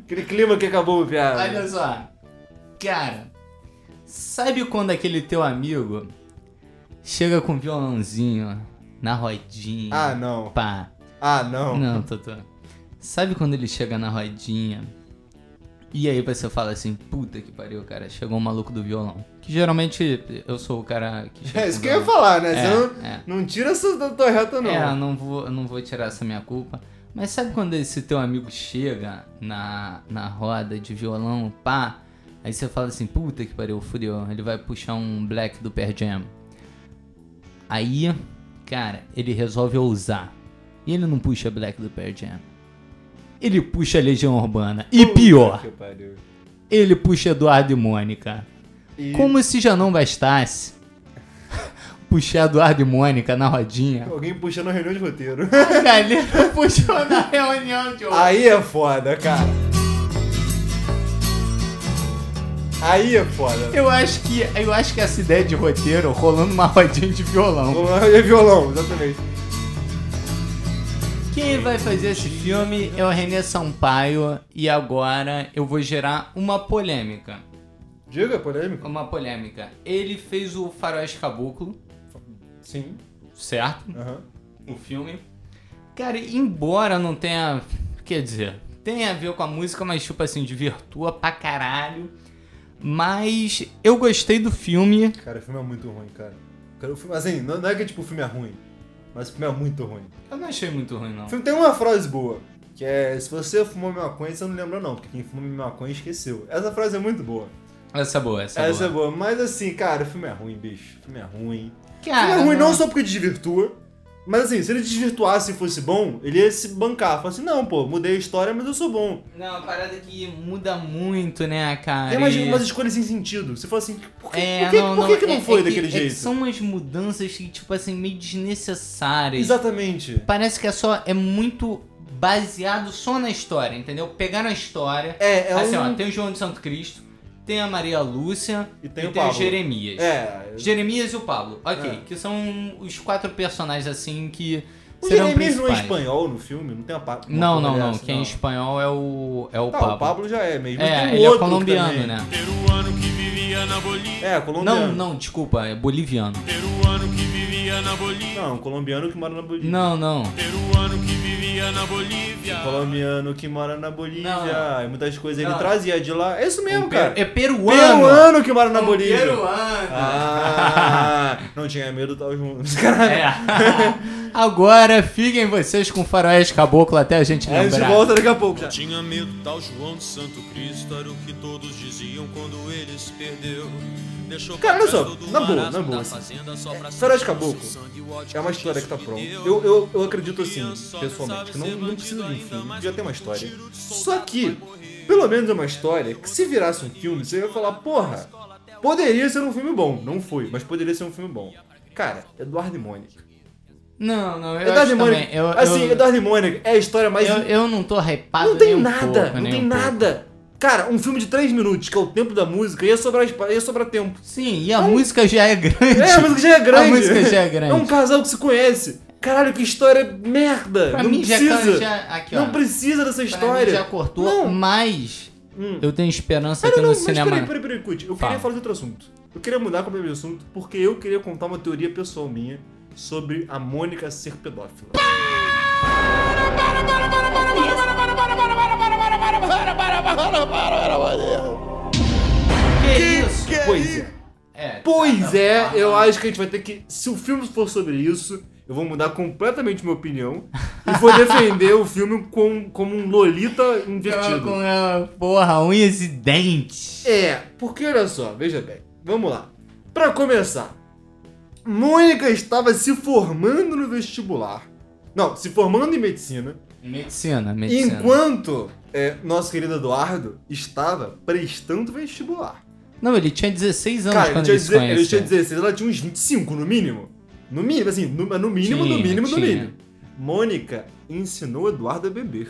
Aquele clima que acabou a piada. Olha só. Cara, sabe quando aquele teu amigo chega com um violãozinho na rodinha? Ah, não. Pá. Ah, não. Não, Totô. Sabe quando ele chega na rodinha e aí você fala assim, puta que pariu, cara, chegou um maluco do violão. Que geralmente eu sou o cara que chega É com isso que eu violão. ia falar, né? É, Você não, é. não tira essa da tua reta, não. É, eu não vou, eu não vou tirar essa minha culpa. Mas sabe quando esse teu amigo chega na, na roda de violão, pá, aí você fala assim, puta que pariu, fudeu, ele vai puxar um black do Pearl Jam. Aí, cara, ele resolve ousar. E ele não puxa black do Pearl Jam. Ele puxa Legião Urbana. E pior, Que pariu. ele puxa Eduardo e Mônica. Como se já não bastasse puxar Eduardo e Mônica na rodinha. Alguém puxando a reunião de roteiro. A galera puxou na reunião de hoje. Aí é foda, cara. Aí é foda. Eu acho que eu acho que essa ideia de roteiro rolando uma rodinha de violão. É violão, exatamente. Quem vai fazer esse filme é o René Sampaio e agora eu vou gerar uma polêmica. Diga, polêmico. Uma polêmica. Ele fez o Faróis Caboclo, Sim. certo? Aham. O filme. Cara, embora não tenha, quer dizer, tem a ver com a música, mas tipo assim, desvirtua pra caralho. Mas eu gostei do filme. Cara, o filme é muito ruim, cara. Cara, o filme, assim, não não é que tipo, o filme é ruim, mas o filme é muito ruim. Eu não achei muito ruim não. O filme tem uma frase boa, que é se você fumou maconha, você não lembra não, porque quem fumou maconha esqueceu. Essa frase é muito boa. Essa é boa, essa, é Essa boa. é boa, mas assim, cara, o filme é ruim, bicho. O filme é ruim. O Cara, filme é ruim não só porque desvirtua, mas assim, se ele desvirtuasse e fosse bom, ele ia se bancar. Falar assim, não, pô, mudei a história, mas eu sou bom. Não, a parada é que muda muito, né, cara? Tem umas, E- umas escolhas sem sentido. Você fala assim, por que, É, por que, não, por que, não, que não é- foi é que- daquele é que jeito? são umas mudanças que, tipo assim, meio desnecessárias. Exatamente. Parece que é só. É muito baseado só na história, entendeu? Pegaram a história. É, é assim, um... ó, tem o João de Santo Cristo, tem a Maria Lúcia E tem e o tem o Pablo. Jeremias. É, Jeremias e o Pablo, ok. É. Que são os quatro personagens, assim, que. O serão Jeremias não é principais. espanhol no filme? Não tem uma parte. Não, não, não. Quem é espanhol é o. É o Tá, Pablo. o Pablo já é mesmo. É, Tem um ele é outro colombiano, também. né? Peruano que vivia na Bolívia. É, colombiano. Não, não, desculpa, é boliviano. Peruano que vivia na Bolívia. Não, colombiano que mora na Bolívia. Não, não. Peruano que vivia na Bolívia. Colombiano que mora na Bolívia. Não, não. E muitas coisas ele Não. trazia de lá. É isso mesmo, O peru- cara. É peruano. Peruano que mora na Um Bolívia. Peruano. Ah, não tinha medo tal juntos. Caralho. É. Agora fiquem vocês com faróis caboclo até a gente É, a gente lembrar. volta daqui a pouco já. Tinha medo tal João de Santo Cristo, era o que todos diziam quando ele se perdeu. Deixou Cara, olha pra só, trás todo o na boa, marasmo na boa, da assim. fazenda só pra História de sentir o Caboclo sangue, o ódio É uma que história que isso tá me pronta. deu. Eu, eu, eu acredito assim, pessoalmente, que não, não precisa de um filme, já tem uma história. Só que, pelo menos é uma história que se virasse um filme, você ia falar, porra, poderia ser um filme bom. Não foi, mas poderia ser um filme bom. Cara, Eduardo e Mônica. Não, não, eu Eduardo acho e Mônica. também. Eu, assim, eu, Eduardo e Mônica é a história mais. eu, eu não tô hypado não tem nem um nada, pouco, não nem tem um pouco. nada. Cara, um filme de 3 minutos, que é o tempo da música, ia sobrar, espa- ia sobrar tempo. Sim, e a música já é grande. É, a música já é grande. A música já é grande. É um casal que se conhece. Caralho, que história merda. Pra não mim já é precisa. can- já- aqui, ó. não precisa dessa Pra história. mim já cortou, Não. mas Hum. eu tenho esperança Ah, que não, não, no mas cinema. peraí, peraí, peraí, Cuti. Eu Fala. queria falar de outro assunto. Eu queria mudar completamente de assunto porque eu queria contar uma teoria pessoal minha sobre a Mônica ser pedófila. Que isso? pois é. É, Pois tá, é, tá, tá. eu acho que a gente vai ter que. Se o filme for sobre isso, eu vou mudar completamente minha opinião e vou defender o filme com, como um Lolita Tava invertido. com a porra, unhas e dentes. É, porque olha só, veja bem, vamos lá. Pra começar, Mônica estava se formando no vestibular Não, se formando em medicina, Medicina, medicina. enquanto é, nosso querido Eduardo estava prestando vestibular. Não, ele tinha 16 anos Cara, ele quando tinha, eles se deze- ele tinha conheceram. 16, ela tinha uns 25, no mínimo. No mínimo, assim, no, no mínimo, no Tinha, mínimo, no tinha. mínimo. Mônica ensinou Eduardo a beber.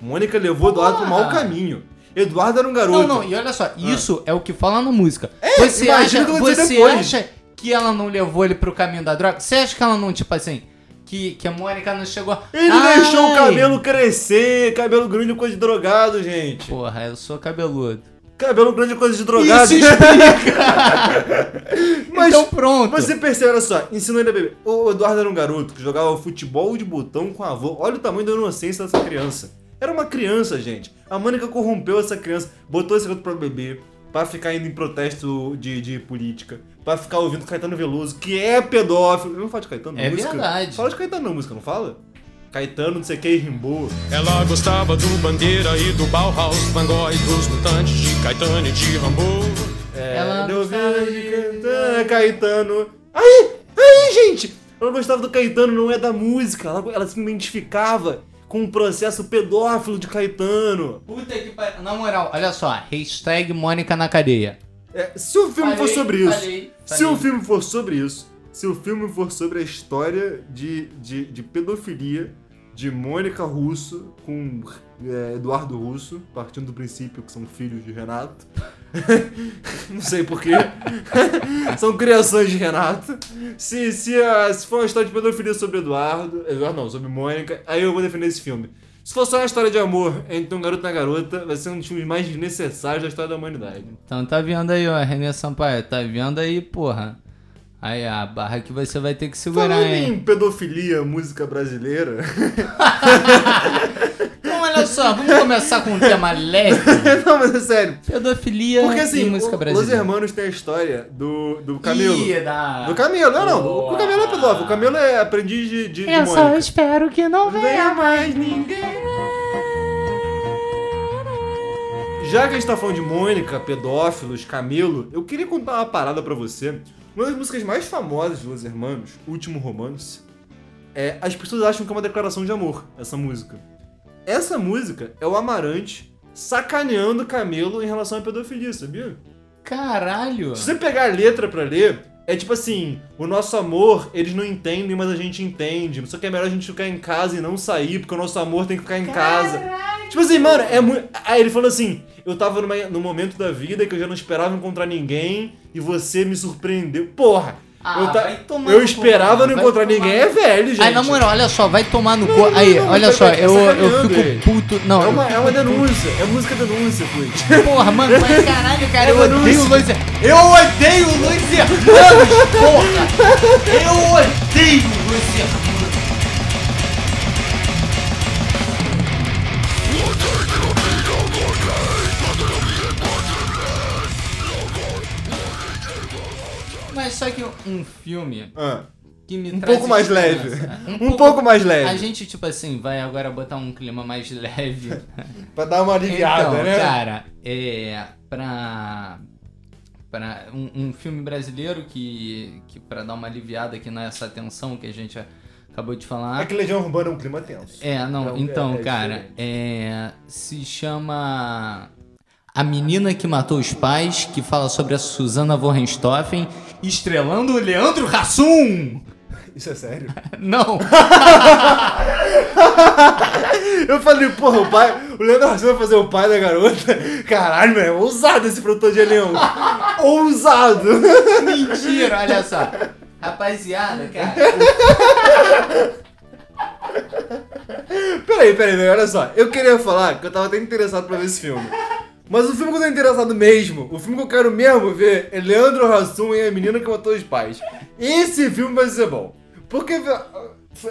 Mônica levou Eduardo pro mau Porra! caminho. Eduardo era um garoto. Ah. Não, não, e olha só, isso é o que fala na música. você É, imagina acha, o que aconteceu você depois. acha que ela não levou ele pro caminho da droga? Você acha que ela não, tipo assim, que, que a Mônica não chegou... Ele Ai! deixou o cabelo crescer, cabelo grande é coisa de drogado, gente. Porra, eu sou cabeludo. Cabelo grande é coisa de drogado. Mas então pronto. você percebe, olha só, ensinou ele a beber. O Eduardo era um garoto que jogava futebol de botão com a avô. Olha o tamanho da inocência dessa criança. Era uma criança, gente. A Mônica corrompeu essa criança, botou esse garoto pra beber, pra ficar indo em protesto de, de política, pra ficar ouvindo Caetano Veloso, que é pedófilo. Eu não falo de Caetano na É música. verdade. Fala de Caetano na música, não fala? Caetano, não sei o que, Rimbaud. Ela gostava do Bandeira e do Bauhaus, Van Gogh e dos Mutantes, de Caetano e de Rambo. Ela É, Deu gostava vida de de- Caetano, Caetano. Aí, aí, gente! Ela gostava do Caetano, não é da música. Ela, ela se identificava com o Um processo pedófilo de Caetano. Puta que pariu. Na moral, olha só, hashtag Mônica na cadeia. É, se o filme for Falei, sobre isso, falei, se o falei. filme for sobre isso, se o filme for sobre a história de, de, de pedofilia de Mônica Russo com é, Eduardo Russo, partindo do princípio que são filhos de Renato. Não sei porquê. são criações de Renato. Se, se, a- se for uma história de pedofilia sobre Eduardo, Eduardo não, sobre Mônica, aí eu vou defender esse filme. Se for só uma história de amor entre um garoto e uma garota, vai ser um dos filmes mais desnecessários da história da humanidade. Então tá vendo aí, ó, René Sampaio, tá vendo aí, porra. Aí a barra que você vai ter que segurar, Falando hein. em pedofilia, música brasileira. Então olha só, vamos começar com um tema leve. não, mas é sério. Pedofilia Porque assim, e música o, Los brasileira. Hermanos tem a história do, do Camilo. Ih, é da- Do Camilo, não, não. O- O Camilo é Boa. pedófilo. O Camilo é aprendiz de, de, de Mônica. espero que não venha mais ninguém. Já que a gente tá falando de Mônica, pedófilos, Camilo, eu queria contar uma parada pra você. Uma das músicas mais famosas dos Los Hermanos, Último Romance, é, as pessoas acham que é uma declaração de amor, essa música. Essa música é o Amarante sacaneando Camilo em relação à pedofilia, sabia? Caralho. Se você pegar a letra pra ler, é tipo assim, o nosso amor, eles não entendem, mas a gente entende. Só que é melhor a gente ficar em casa e não sair, porque o nosso amor tem que ficar em casa. Tipo assim, mano, é muito. Aí ele falou assim: eu tava numa, num momento da vida que eu já não esperava encontrar ninguém e você me surpreendeu. Porra! Ah, eu, ta- vai tomar no eu cu, esperava mano, não vai encontrar tomar ninguém, no- é velho, gente. Aí, na moral, olha só, vai tomar no cu. Aí, não, não, olha tá- só, tá eu, eu sacaneando, fico velho. puto. Não, É eu uma, fico é uma puto. denúncia, é música denúncia, Fluid. Porra, mano, mas caralho, cara, É eu uma odeio o denúncia. Luiz. Eu odeio o Luiz Hermanos, porra! Eu odeio o Luiz Hermanos. Mas só que um filme Ah, que me um traz pouco mais leve. esperança. Um, pouco mais leve. A gente, tipo assim, vai agora botar um clima mais leve. Pra dar uma aliviada, então, né? cara, é pra para um, um filme brasileiro que que para dar uma aliviada aqui nessa tensão que a gente acabou de É falar. que Legião Urbana é um clima tenso. É, não, É um- então, é- é cara, é, se chama A Menina que Matou os Pais, que fala sobre a Susana Vorrenstoffen, estrelando o Leandro Hassum! Isso é sério? Não! Eu falei, porra, o pai. O Leandro Rassi vai fazer o pai da garota. Caralho, velho, ousado esse produtor de Leão. ousado! Mentira, olha só. Rapaziada, cara. Peraí, peraí, velho, olha só. Eu queria falar que eu tava até interessado pra ver esse filme. Mas o filme que eu tô interessado mesmo, o filme que eu quero mesmo ver é Leandro Hassum e a menina que matou os pais. Esse filme vai ser bom. Porque vé,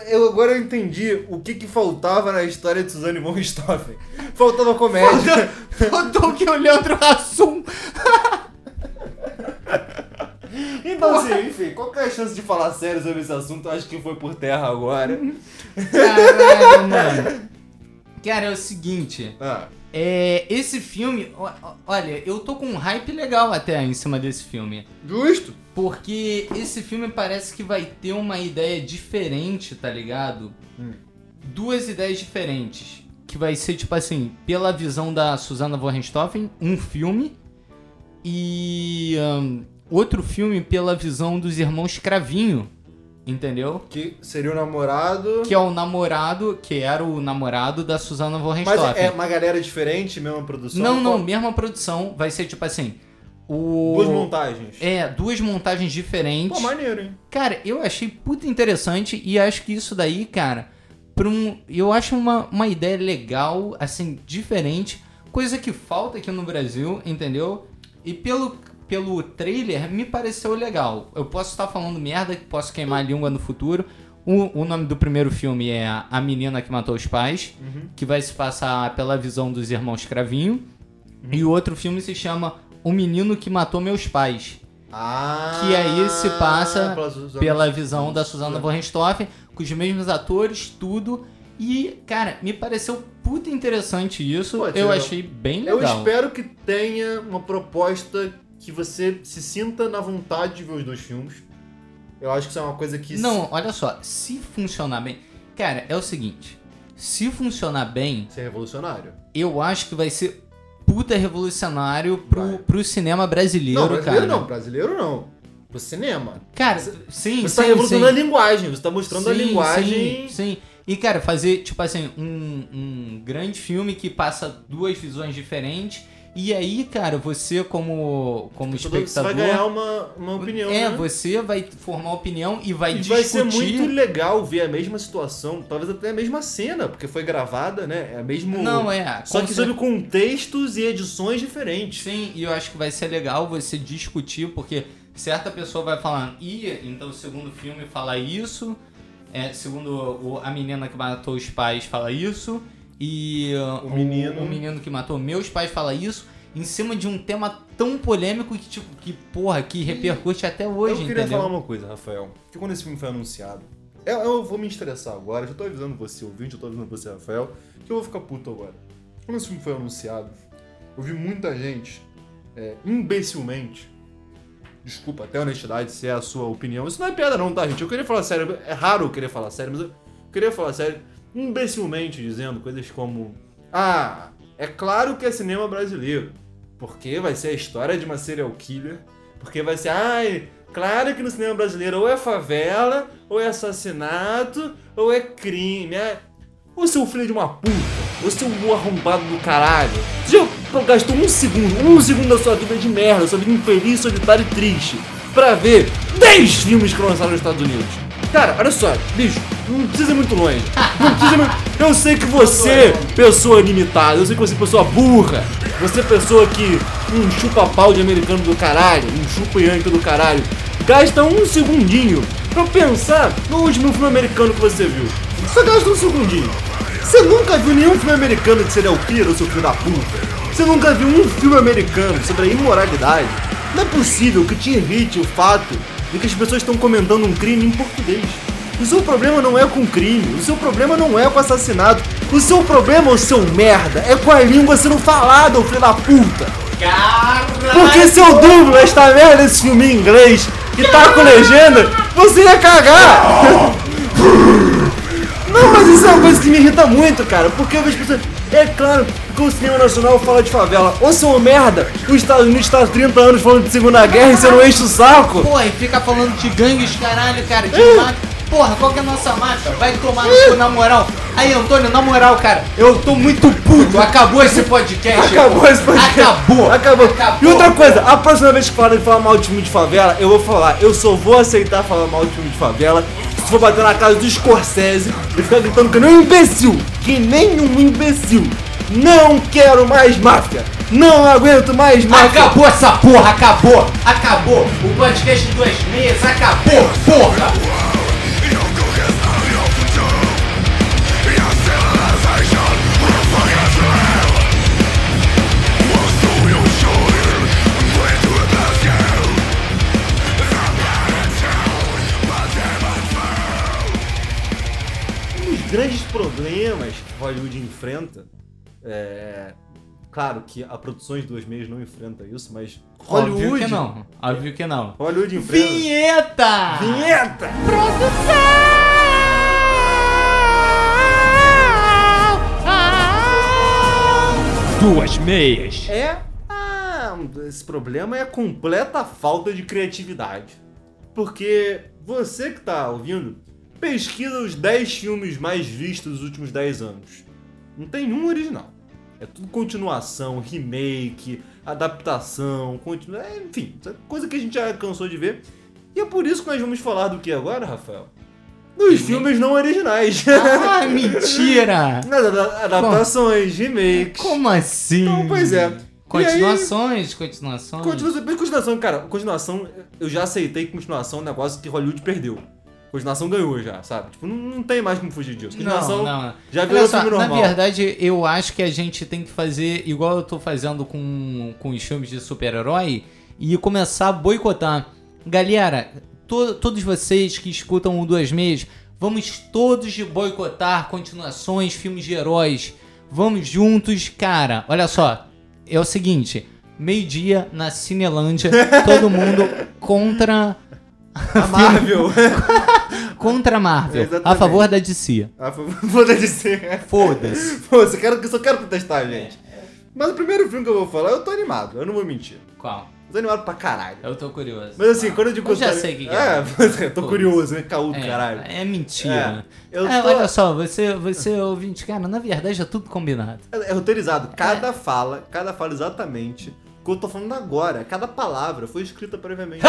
eu agora eu entendi o que que faltava na história de Suzane von Richthofen. Faltava comédia. Faltou que o Leandro Hassum. Então, assim, enfim, qual que é a chance de falar sério sobre esse assunto? Eu acho que foi por terra agora. Uhum. Caralho, mano. Cara, é o seguinte. Ah, É, esse filme. ó- ó- Olha, eu tô com um hype legal até em cima desse filme. justo. Porque esse filme parece que vai ter uma ideia diferente, tá ligado? Duas ideias diferentes. Que vai ser, tipo assim, pela visão da Susana von Richthofen, um filme. E ahn, outro filme pela visão dos irmãos Cravinho, entendeu? Que seria o namorado. Que é o namorado, que era o namorado da Susana von Mas Richthofen. é, é uma galera diferente, mesma produção? Não, não, Qual- mesma produção. Vai ser, tipo assim, o... Duas montagens. É, duas montagens diferentes. Pô, maneiro, hein? Cara, eu achei puta interessante e acho que isso daí, cara, pra um, eu acho uma, uma ideia legal, assim, diferente, coisa que falta aqui no Brasil, entendeu? E pelo, pelo trailer me pareceu legal. Eu posso estar falando merda, que posso queimar a língua no futuro. O, o nome do primeiro filme é A Menina que Matou os Pais, que vai se passar pela visão dos irmãos Cravinho. E o outro filme se chama O Menino que Matou Meus Pais Ah. que aí se passa pela Suzana. pela visão da é. Susana von Richthofen, com os mesmos atores, tudo. E, cara, me pareceu puta interessante isso. Pô, eu Tirão, achei bem Eu legal. espero que tenha uma proposta que você se sinta na vontade de ver os dois filmes. Eu acho que isso é uma coisa que. Não, olha só, se funcionar bem. Cara, é o seguinte. Se funcionar bem, Ser é revolucionário. eu acho que vai ser puta revolucionário pro, Vai. pro cinema brasileiro, não, brasileiro cara. não, brasileiro não. Pro cinema. Cara, Você- sim, Você sim, tá revolucionando sim. a linguagem, você tá mostrando a Sim, linguagem. Sim, sim. E, cara, fazer, tipo assim, um, um grande filme que passa duas visões diferentes. E aí, cara, você como, como Todo- Você espectador. vai ganhar uma, uma opinião. é, né? você vai formar opinião e vai E discutir. vai ser muito legal ver a mesma situação, talvez até a mesma cena, porque foi gravada, né? É a mesmo. Não, é. Só com que cer- sobre contextos e edições diferentes. Sim, e eu acho que vai ser legal você discutir, porque certa pessoa vai falar, ih, então o segundo filme fala isso, é, segundo o- a menina que matou os pais fala isso, e uh, O menino. o menino que matou meus pais fala isso, em cima de um tema tão polêmico que, tipo, que porra, que repercute até hoje, eu queria entendeu? falar um- uma coisa, Rafael. Que quando esse filme foi anunciado, eu, eu vou me estressar agora, já tô avisando você, ouvinte, eu tô avisando você, Rafael, que eu vou ficar puto agora. Quando esse filme foi anunciado, eu vi muita gente, é, imbecilmente, desculpa, até honestidade, se é a sua opinião, isso não é piada não, tá, gente? Eu queria falar sério, é raro eu querer falar sério, mas eu queria falar sério, imbecilmente dizendo coisas como, ah, é claro que é cinema brasileiro, porque vai ser a história de uma serial killer, porque vai ser, ai, claro que no cinema brasileiro ou é favela, ou é assassinato, ou é crime. É... Ô seu filho de uma puta, ô seu arrombado do caralho. Você já gastou um segundo, um segundo da sua vida de merda, sua vida infeliz, solitária e triste, pra ver 10 filmes que lançaram nos Estados Unidos. Cara, olha só, bicho, não precisa ir muito longe. Não precisa ir muito... Eu sei que você, pessoa limitada, eu sei que você, é pessoa burra, você, é pessoa que um chupa-pau de americano do caralho, um chupa-yanque do caralho, gasta um segundinho pra pensar no último filme americano que você viu. Só gasta um segundinho. Você nunca viu nenhum filme americano de serial killer, seu filho da puta. Você nunca viu um filme americano sobre a imoralidade. Não é possível que te irrite o fato de que as pessoas estão comentando um crime em português. O seu problema não é com crime, o seu problema não é com assassinato, o seu problema, o seu merda, é com a língua sendo falada, ô filho da puta. Porque se eu dublo esta merda desse filme em inglês e tá com legenda, você ia cagar! Não, mas isso é uma coisa que me irrita muito, cara, porque eu vejo pessoas. É claro que o cinema nacional fala de favela. Ô seu merda, os Estados Unidos tá há 30 anos falando de Segunda Guerra e você não enche o saco! Porra, e fica falando de gangues, caralho, cara, de marca. Porra, qual que é a nossa marca? Vai tomar no cu, na moral. Aí, Antônio, na moral, cara, eu tô muito puto. Acabou esse podcast. Acabou irmão. esse podcast. Acabou. Acabou. E Acabou. outra coisa, a próxima vez que falarem de falar mal de time de favela, eu vou falar. Eu só vou aceitar falar mal de time de favela se for bater na casa do Scorsese e ficar gritando que nem um imbecil. Que nem um imbecil. Não quero mais máfia. Não aguento mais máfia. Acabou essa porra, acabou. Acabou. O podcast de duas meias acabou, porra. Um dos grandes problemas que Hollywood enfrenta é, Claro que a Produções Duas Meias não enfrenta isso, mas Óbvio Hollywood... que não. Óbvio que não. Hollywood enfrenta... Vinheta! Vinheta! Duas meias. É... Ah, esse problema é a completa falta de criatividade. Porque você que tá ouvindo, pesquisa os 10 filmes mais vistos nos últimos 10 anos. Não tem nenhum original. É tudo continuação, remake, adaptação, continu... é, enfim, coisa que a gente já cansou de ver. E é por isso que nós vamos falar do que agora, Rafael? Dos filmes não originais. Ah, mentira! Ada- Adaptações, remakes. Como assim? Então, pois é. Continuações, continuações. Continuação, mas continuação, cara, continuação, eu já aceitei que continuação é um negócio que Hollywood perdeu. Continuação ganhou já, sabe? Tipo, não, não tem mais como fugir disso. Continuação Não, não. já virou Olha só, filme na normal. verdade, eu acho que a gente tem que fazer igual eu tô fazendo com, com os filmes de super-herói e começar a boicotar. Galera, to- todos vocês que escutam o Duas Meias, vamos todos de boicotar continuações, filmes de heróis. Vamos juntos, cara. Olha só, é o seguinte: meio-dia na Cinelândia, todo mundo contra. A Marvel. Contra a Marvel, a Exatamente. favor da DC. ah, foi- vou dizer. Foda-se. É, Pô, eu só quero, eu só quero protestar, gente. Mas o primeiro filme que eu vou falar, eu tô animado, eu não vou mentir. Qual? Eu tô animado pra caralho. Eu tô curioso. Mas assim, quando eu digo... Eu já tô- sei o que que é. É, mas eu tô Pô. curioso, né? Caú do é, caralho. É mentira. É, eu É, tô- Olha só, você, você ouvinte, cara, na verdade é tudo combinado. É roteirizado. Cada fala, cada fala exatamente o que eu tô falando agora. Cada palavra foi escrita previamente.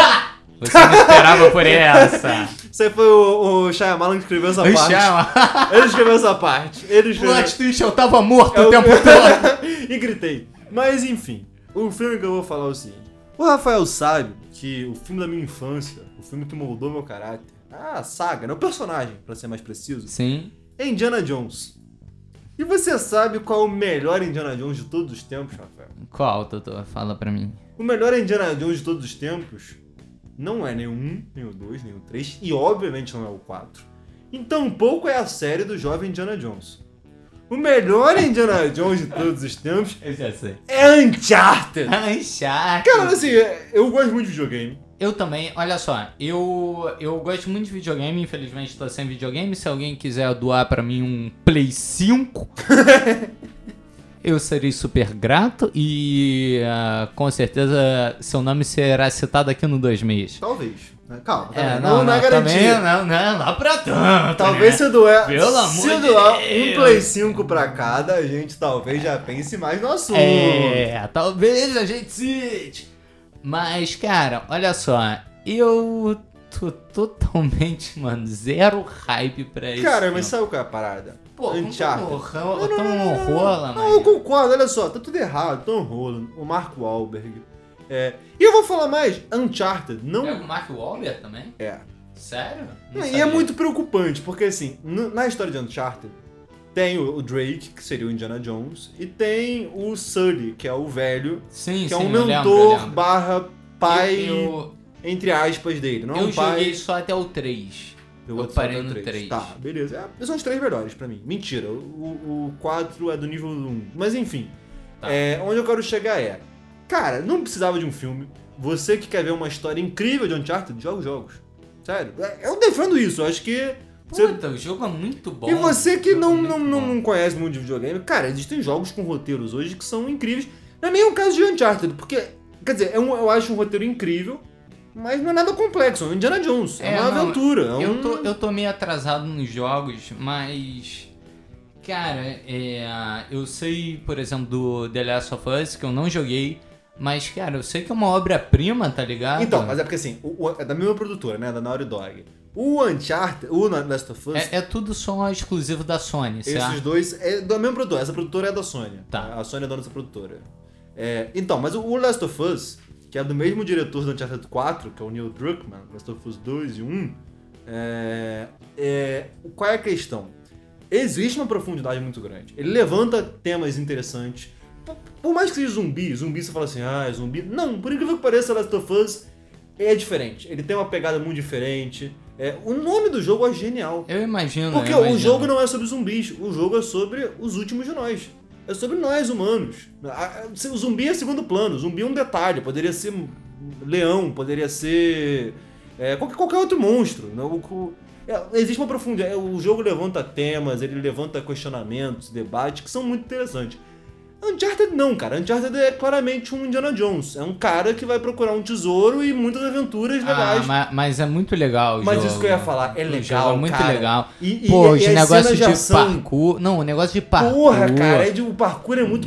Você não esperava por essa. Isso aí foi o, o Shyamalan que escreveu essa parte. Chama. Ele escreveu essa parte. Ele escreveu. Plot twist, eu tava morto É o Eu- tempo todo. e gritei. Mas enfim, o filme que eu vou falar é o seguinte. O Rafael sabe que o filme da minha infância, o filme que moldou meu caráter, a saga, né? O personagem, pra ser mais preciso, Sim. é Indiana Jones. E você sabe qual é o melhor Indiana Jones de todos os tempos, Rafael? Qual, Totô? Fala pra mim. O melhor Indiana Jones de todos os tempos não é nem o 1, nem o 2, nem o 3 e obviamente não é o 4. E tampouco é a série do jovem Indiana Jones. O melhor Indiana Jones de todos os tempos Eu já sei. é Uncharted. Uncharted. Cara, assim, eu gosto muito de videogame. Eu também, olha só, eu, eu gosto muito de videogame, infelizmente tô sem videogame. Se alguém quiser doar pra mim um Play 5, eu serei super grato e ah, com certeza seu nome será citado aqui no dois meses. Talvez. né? Calma, tá É, bem. não, não, não, é também garantia. não, não, não pra tanto. Talvez né? se doer, Pelo se amor de doar um Deus. Play 5 pra cada, a gente talvez já pense mais no assunto. É, talvez a gente cite. Mas, cara, olha só, eu tô totalmente, mano, zero hype pra isso. Cara, mas sabe qual é a parada? Pô, Uncharted. Uncharted. Tão, tão rola, Não, eu mano. concordo, olha só, tá tudo errado. Tom Holland, o Marco Wahlberg. É, e eu vou falar mais, Uncharted não É o Mark Wahlberg também? é. Sério? Não E é sabia. muito preocupante, porque assim, n- na história de Uncharted, tem o o Drake, que seria o Indiana Jones, e tem o Sully, que é o velho, Sim, que sim, é um eu lembro, mentor eu lembro. barra pai, Eu, entre aspas, dele. Não é eu um pai. joguei só até o 3. Eu Eu vou parei só no três. 3. Tá, beleza. É, são os três melhores pra mim. Mentira, o, o 4 é do nível 1. Mas enfim, Tá. é, onde eu quero chegar é... Cara, não precisava de um filme. Você que quer ver uma história incrível de Uncharted, joga os jogos. Sério. É, Eu defendo isso, eu acho que... você- Puta, o jogo é muito bom. e você que O jogo é não, muito não, não, bom. não conhece muito de videogame, cara, existem jogos com roteiros hoje que são incríveis. Não é nem o caso de Uncharted, porque... Quer dizer, é um- eu acho um roteiro incrível... Mas não é nada complexo, é um Indiana Jones, é, É, uma não, aventura. é um... Eu tô, eu tô meio atrasado nos jogos, mas. Cara, é, eu sei, por exemplo, do The Last of Us, que eu não joguei, mas, cara, eu sei que é uma obra-prima, tá ligado? Então, mas é porque assim, o- o- é da mesma produtora, né? Da Naughty Dog. O Uncharted, o Na- Last of Us, é, é tudo só exclusivo da Sony, esses certo? dois é da mesma produtora. Essa produtora é da Sony. Tá. A Sony é dona dessa produtora. É, então, mas o- o Last of Us, que é do mesmo diretor do Uncharted 4, que é o Neil Druckmann, Last of Us 2 e 1, Hum. é, é, qual é a questão? Existe uma profundidade muito grande. Ele levanta temas interessantes. Por, por mais que seja zumbi, zumbi você fala assim, ah, é zumbi. Não, por incrível que pareça, Last of Us é diferente. Ele tem uma pegada muito diferente. É, o nome do jogo é genial. Eu imagino. Porque eu o imagino. jogo não é sobre zumbis, o jogo é sobre os últimos de nós. É sobre nós, humanos. A- a- O zumbi é segundo plano, o zumbi é um detalhe. Poderia ser leão, poderia ser é, qualquer, qualquer outro monstro. né? O- o- é, existe uma profundidade. O jogo levanta temas, ele levanta questionamentos, debates que são muito interessantes. Uncharted não, cara. Uncharted é claramente um Indiana Jones. É um cara que vai procurar um tesouro e muitas aventuras Ah, legais. ma- mas é muito legal o Mas jogo. isso que eu ia falar, é O legal, jogo é muito cara. legal. E- e- Pô, e os as negócios cenas de de, ação? parkour... Não, o negócio de parkour... Porra, cara, é de, o parkour é muito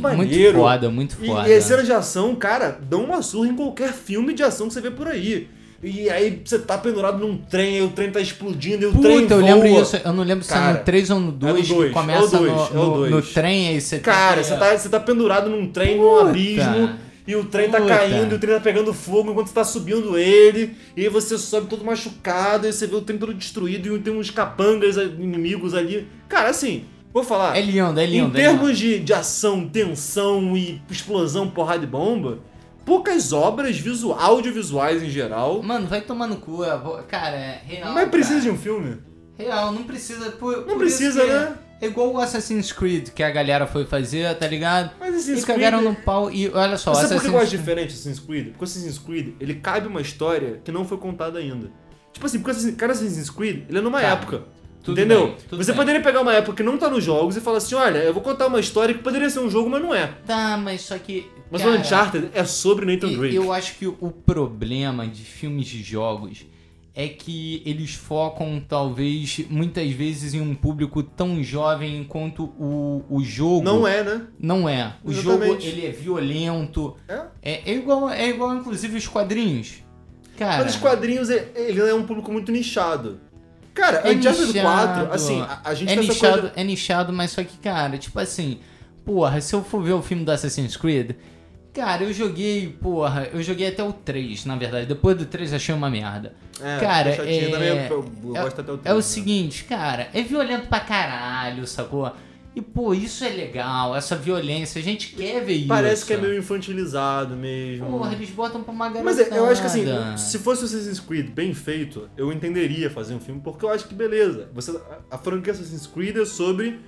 Muito maneiro. foda, muito E- foda. E, as cenas de ação, cara, dão uma surra em qualquer filme de ação que você vê por aí. E aí você tá pendurado num trem, aí o trem tá explodindo, e o Puta, trem eu voa. lembro isso. Eu não lembro se é Cara, no 3 ou no no 2 que dois, é o começa dois, no, é o no, dois. no trem aí você Cara, tem- você tá, você tá pendurado num trem, num É. Puta. abismo, e o trem tá Puta. caindo, e o trem tá pegando fogo enquanto você tá subindo ele, e aí você sobe todo machucado, e você vê o trem todo destruído, e tem uns capangas ah, inimigos ali. Cara, assim, vou falar. É lindo, é lindo. é em lindo. termos de, de ação, tensão e explosão, porrada e bomba, poucas obras visu- audiovisuais em geral. Mano, vai tomar no cu. eu vou- Cara, é real. mas precisa cara. de um filme. Real, não precisa. Por, Não precisa, né? É igual o Assassin's Creed que a galera foi fazer, tá ligado? Mas Assassin's e cagaram Creed- no pau. E olha só, Sabe por que eu acho Assassin's diferente do Assassin's Creed? Porque o Assassin's Creed, ele cabe uma história que não foi contada ainda. Tipo assim, porque o Assassin's- cara, Assassin's Creed, ele é numa Tá. época. Tudo entendeu? bem, tudo Você bem. poderia pegar uma época que não tá nos jogos e falar assim, olha, eu vou contar uma história que poderia ser um jogo, mas não é. Tá, mas só que. Mas cara, o Uncharted é sobre Nathan e- Drake. Eu acho que o problema de filmes de jogos é que eles focam, talvez, muitas vezes em um público tão jovem enquanto o, o jogo. Não é, né? Não é. O jogo Exatamente. ele é violento. É. É, é igual, é igual, inclusive, os quadrinhos. Cara. Mas os quadrinhos, é- ele é um público muito nichado. Cara, É Uncharted nichado. 4, assim, a, a gente é tem nichado, essa coisa... é nichado, mas só que, cara, tipo assim, porra, se eu for ver o filme do Assassin's Creed, cara, eu joguei, porra, eu joguei até o 3, na verdade. Depois do 3 achei uma merda. É, cara, é chatinho é- também, eu- eu gosto até o É trailer, o né? seguinte, cara, é violento pra caralho, sacou? E, pô, isso é legal, essa violência, a gente quer ver isso. Parece que é meio infantilizado mesmo. Porra, eles botam pra uma garotada. Mas é, eu acho que assim, se fosse o Assassin's Creed bem feito, eu entenderia fazer um filme, porque eu acho que beleza. Você, a- a franquia Assassin's Creed é sobre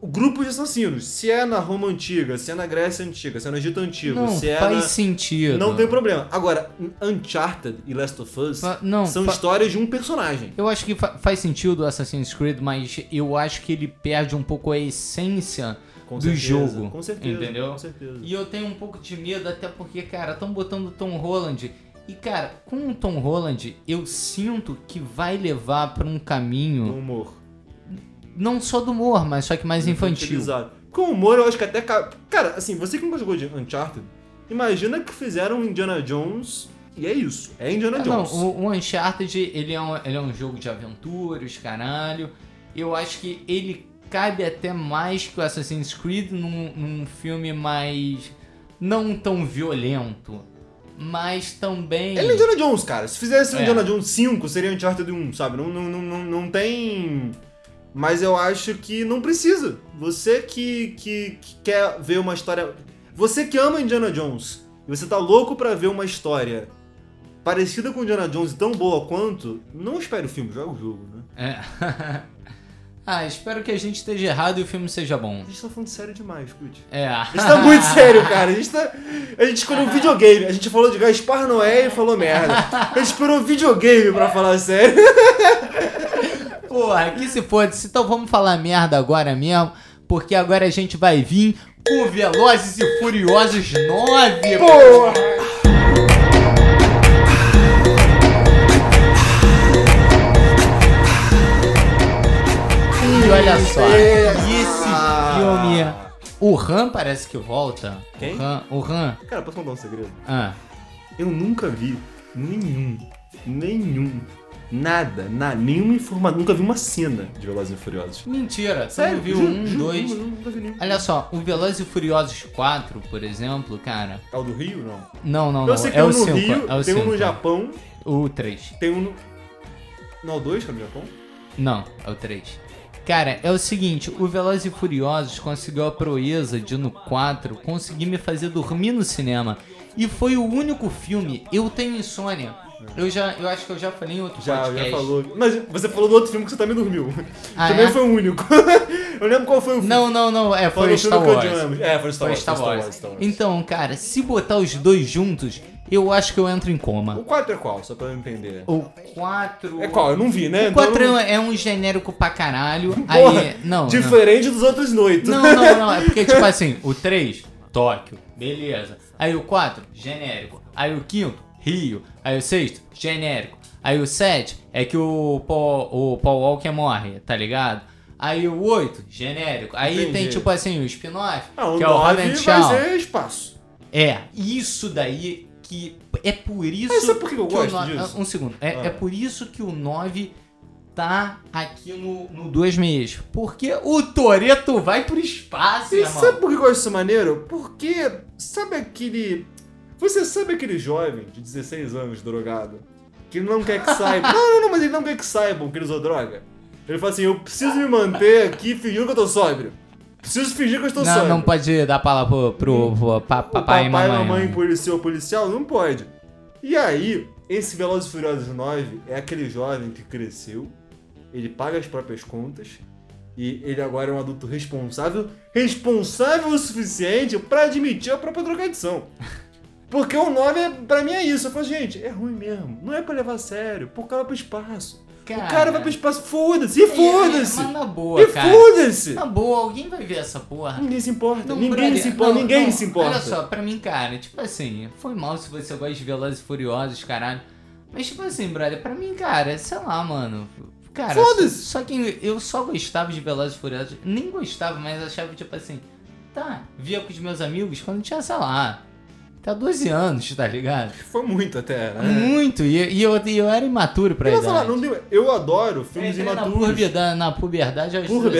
o grupo de assassinos. Se é na Roma antiga, se é na Grécia antiga, se é no Egito antigo, Não se é faz na... sentido. Não tem problema. Agora, Uncharted e Last of Us Fa- não, são fa- histórias de um personagem. Eu acho que fa- faz sentido o Assassin's Creed, mas eu acho que ele perde um pouco a essência Com do certeza, jogo. Com certeza. Entendeu? Com certeza. E eu tenho um pouco de medo, até porque, cara, estão botando o Tom Holland. E, cara, com o Tom Holland, eu sinto que vai levar pra um Com caminho, humor. não só do humor, mas só que mais Uhum. infantil. Infantilizado. Com humor, eu acho que até. ca- Cara, assim, você que nunca jogou de Uncharted, imagina que fizeram Indiana Jones e é isso. É Indiana Ah, não, Jones. o, o Uncharted, ele é, um, ele é um jogo de aventuras, caralho. Eu acho que ele cabe até mais que o Assassin's Creed num, num filme mais. não tão violento, mas também. Ele é Indiana Jones, cara. Se fizesse um É. Indiana Jones 5, seria Uncharted 1, sabe? Não, não, não, não, não tem. Mas eu acho que não precisa. Você que, que, que quer ver uma história. Você que ama Indiana Jones e você tá louco pra ver uma história parecida com Indiana Jones e tão boa quanto, não espere o filme, joga o jogo, né? É. ah, espero que a gente esteja errado e o filme seja bom. A gente tá falando sério demais, Kut. É. A gente tá muito sério, cara. A gente, tá... a gente escolheu um videogame. A gente falou de Gaspar Noé e falou merda. A gente escolheu um videogame pra falar assim. sério. Porra, que se foda. Então vamos falar merda agora mesmo, porque agora a gente vai vir com Velozes e Furiosos 9, Porra! E olha só, e esse filme. Ah. O Han parece que volta. Quem? O Han. O Han. Cara, posso contar um segredo? Ah, Eu nunca vi nenhum, nenhum, nada, nada, nenhuma informação. Nunca vi uma cena de Velozes e Furiosos. mentira, você não viu juro, um, juro, dois. juro, nunca vi nenhum. Olha só, o Velozes e Furiosos 4, por exemplo, cara. É o do Rio, não? Não, não, não. Eu sei que é tem o um no 5. Rio, é o tem um cinco. no Japão, O 3. tem um no... Não, o dois que é no Japão? Não, é o 3. Cara, é o seguinte, o Velozes e Furiosos conseguiu a proeza de no 4 conseguir me fazer dormir no cinema. E foi o único filme, eu tenho insônia, Eu, já, eu acho que eu já falei em outro Já, podcast. já falou. Mas você falou do outro filme que você também dormiu. Ah, também é? foi o único. eu lembro qual foi o filme. Não, não, não. É, Foi foi no Star filme que eu Wars. odiamos. É, foi Star Foi Wars. Star foi Wars. Star Wars. Então, cara, se botar os dois juntos, eu acho que eu entro em O coma. 4 é qual? Só pra eu entender. O 4. É qual? Eu não vi, né? O Então eu 4 não- é um genérico pra caralho. Porra, aí. Não. não. Diferente dos outros noites. Não, não, não. É porque, tipo assim, o 3, Tóquio. Beleza. Aí o 4, genérico. Aí o 5, Rio. Aí o 6, genérico. Aí o 7 é que o Paul, o Paul Walker morre, tá ligado? Aí o 8, genérico. Aí tem, Entendi. tipo assim, o spin-off, Ah, o que é o 9 Robin vai Shaw. ser espaço. É, isso daí que. É por isso. Mas sabe por que eu o gosto no- disso? Um segundo. É, Ah. é por isso que o 9 tá aqui no, no 2 meses. Porque o Toreto vai pro espaço, E irmão. sabe por que eu gosto disso maneiro? Porque, sabe aquele... Você sabe aquele jovem de 16 anos drogado que ele não quer que saibam... não, não, não, mas ele não quer que saibam que ele usou droga. Ele fala assim, eu preciso me manter aqui fingindo que eu tô sóbrio. Preciso fingir que eu estou Não, sóbrio. não pode dar palavra pro, pro, pro pa- Hum. O papai, e mamãe. mamãe policial policial não pode. E aí, esse Velozes e Furiosos 9 é aquele jovem que cresceu, ele paga as próprias contas e ele agora é um adulto responsável, responsável o suficiente pra admitir a própria drogadição. Porque o 9 é, pra mim é isso. Eu falo, gente, é ruim mesmo. Não é pra levar a sério. Por causa pro espaço. Ah, o cara vai pro espaço, foda-se, e É, é, foda-se. Mas na boa, E cara. foda-se. Na boa, alguém vai ver essa porra. Ninguém se importa. Não, ninguém brother, se importa. não, ninguém não, se importa. Olha só, pra mim, cara, tipo assim, foi mal se você gosta de Velozes e Furiosos, caralho. Mas tipo assim, brother, pra mim, cara, sei lá, mano. Cara, Foda-se. só que eu só gostava de Velozes e Furiosos, nem gostava, mas achava tipo assim, tá, via com os meus amigos quando tinha, sei lá, até 12 anos, tá ligado? Foi muito até, né? Muito, e, e eu, e eu era imaturo pra Eu vou idade. falar, não deu- eu adoro Eu filmes entrei na imaturos. puberdade, na puberdade aos Por 16.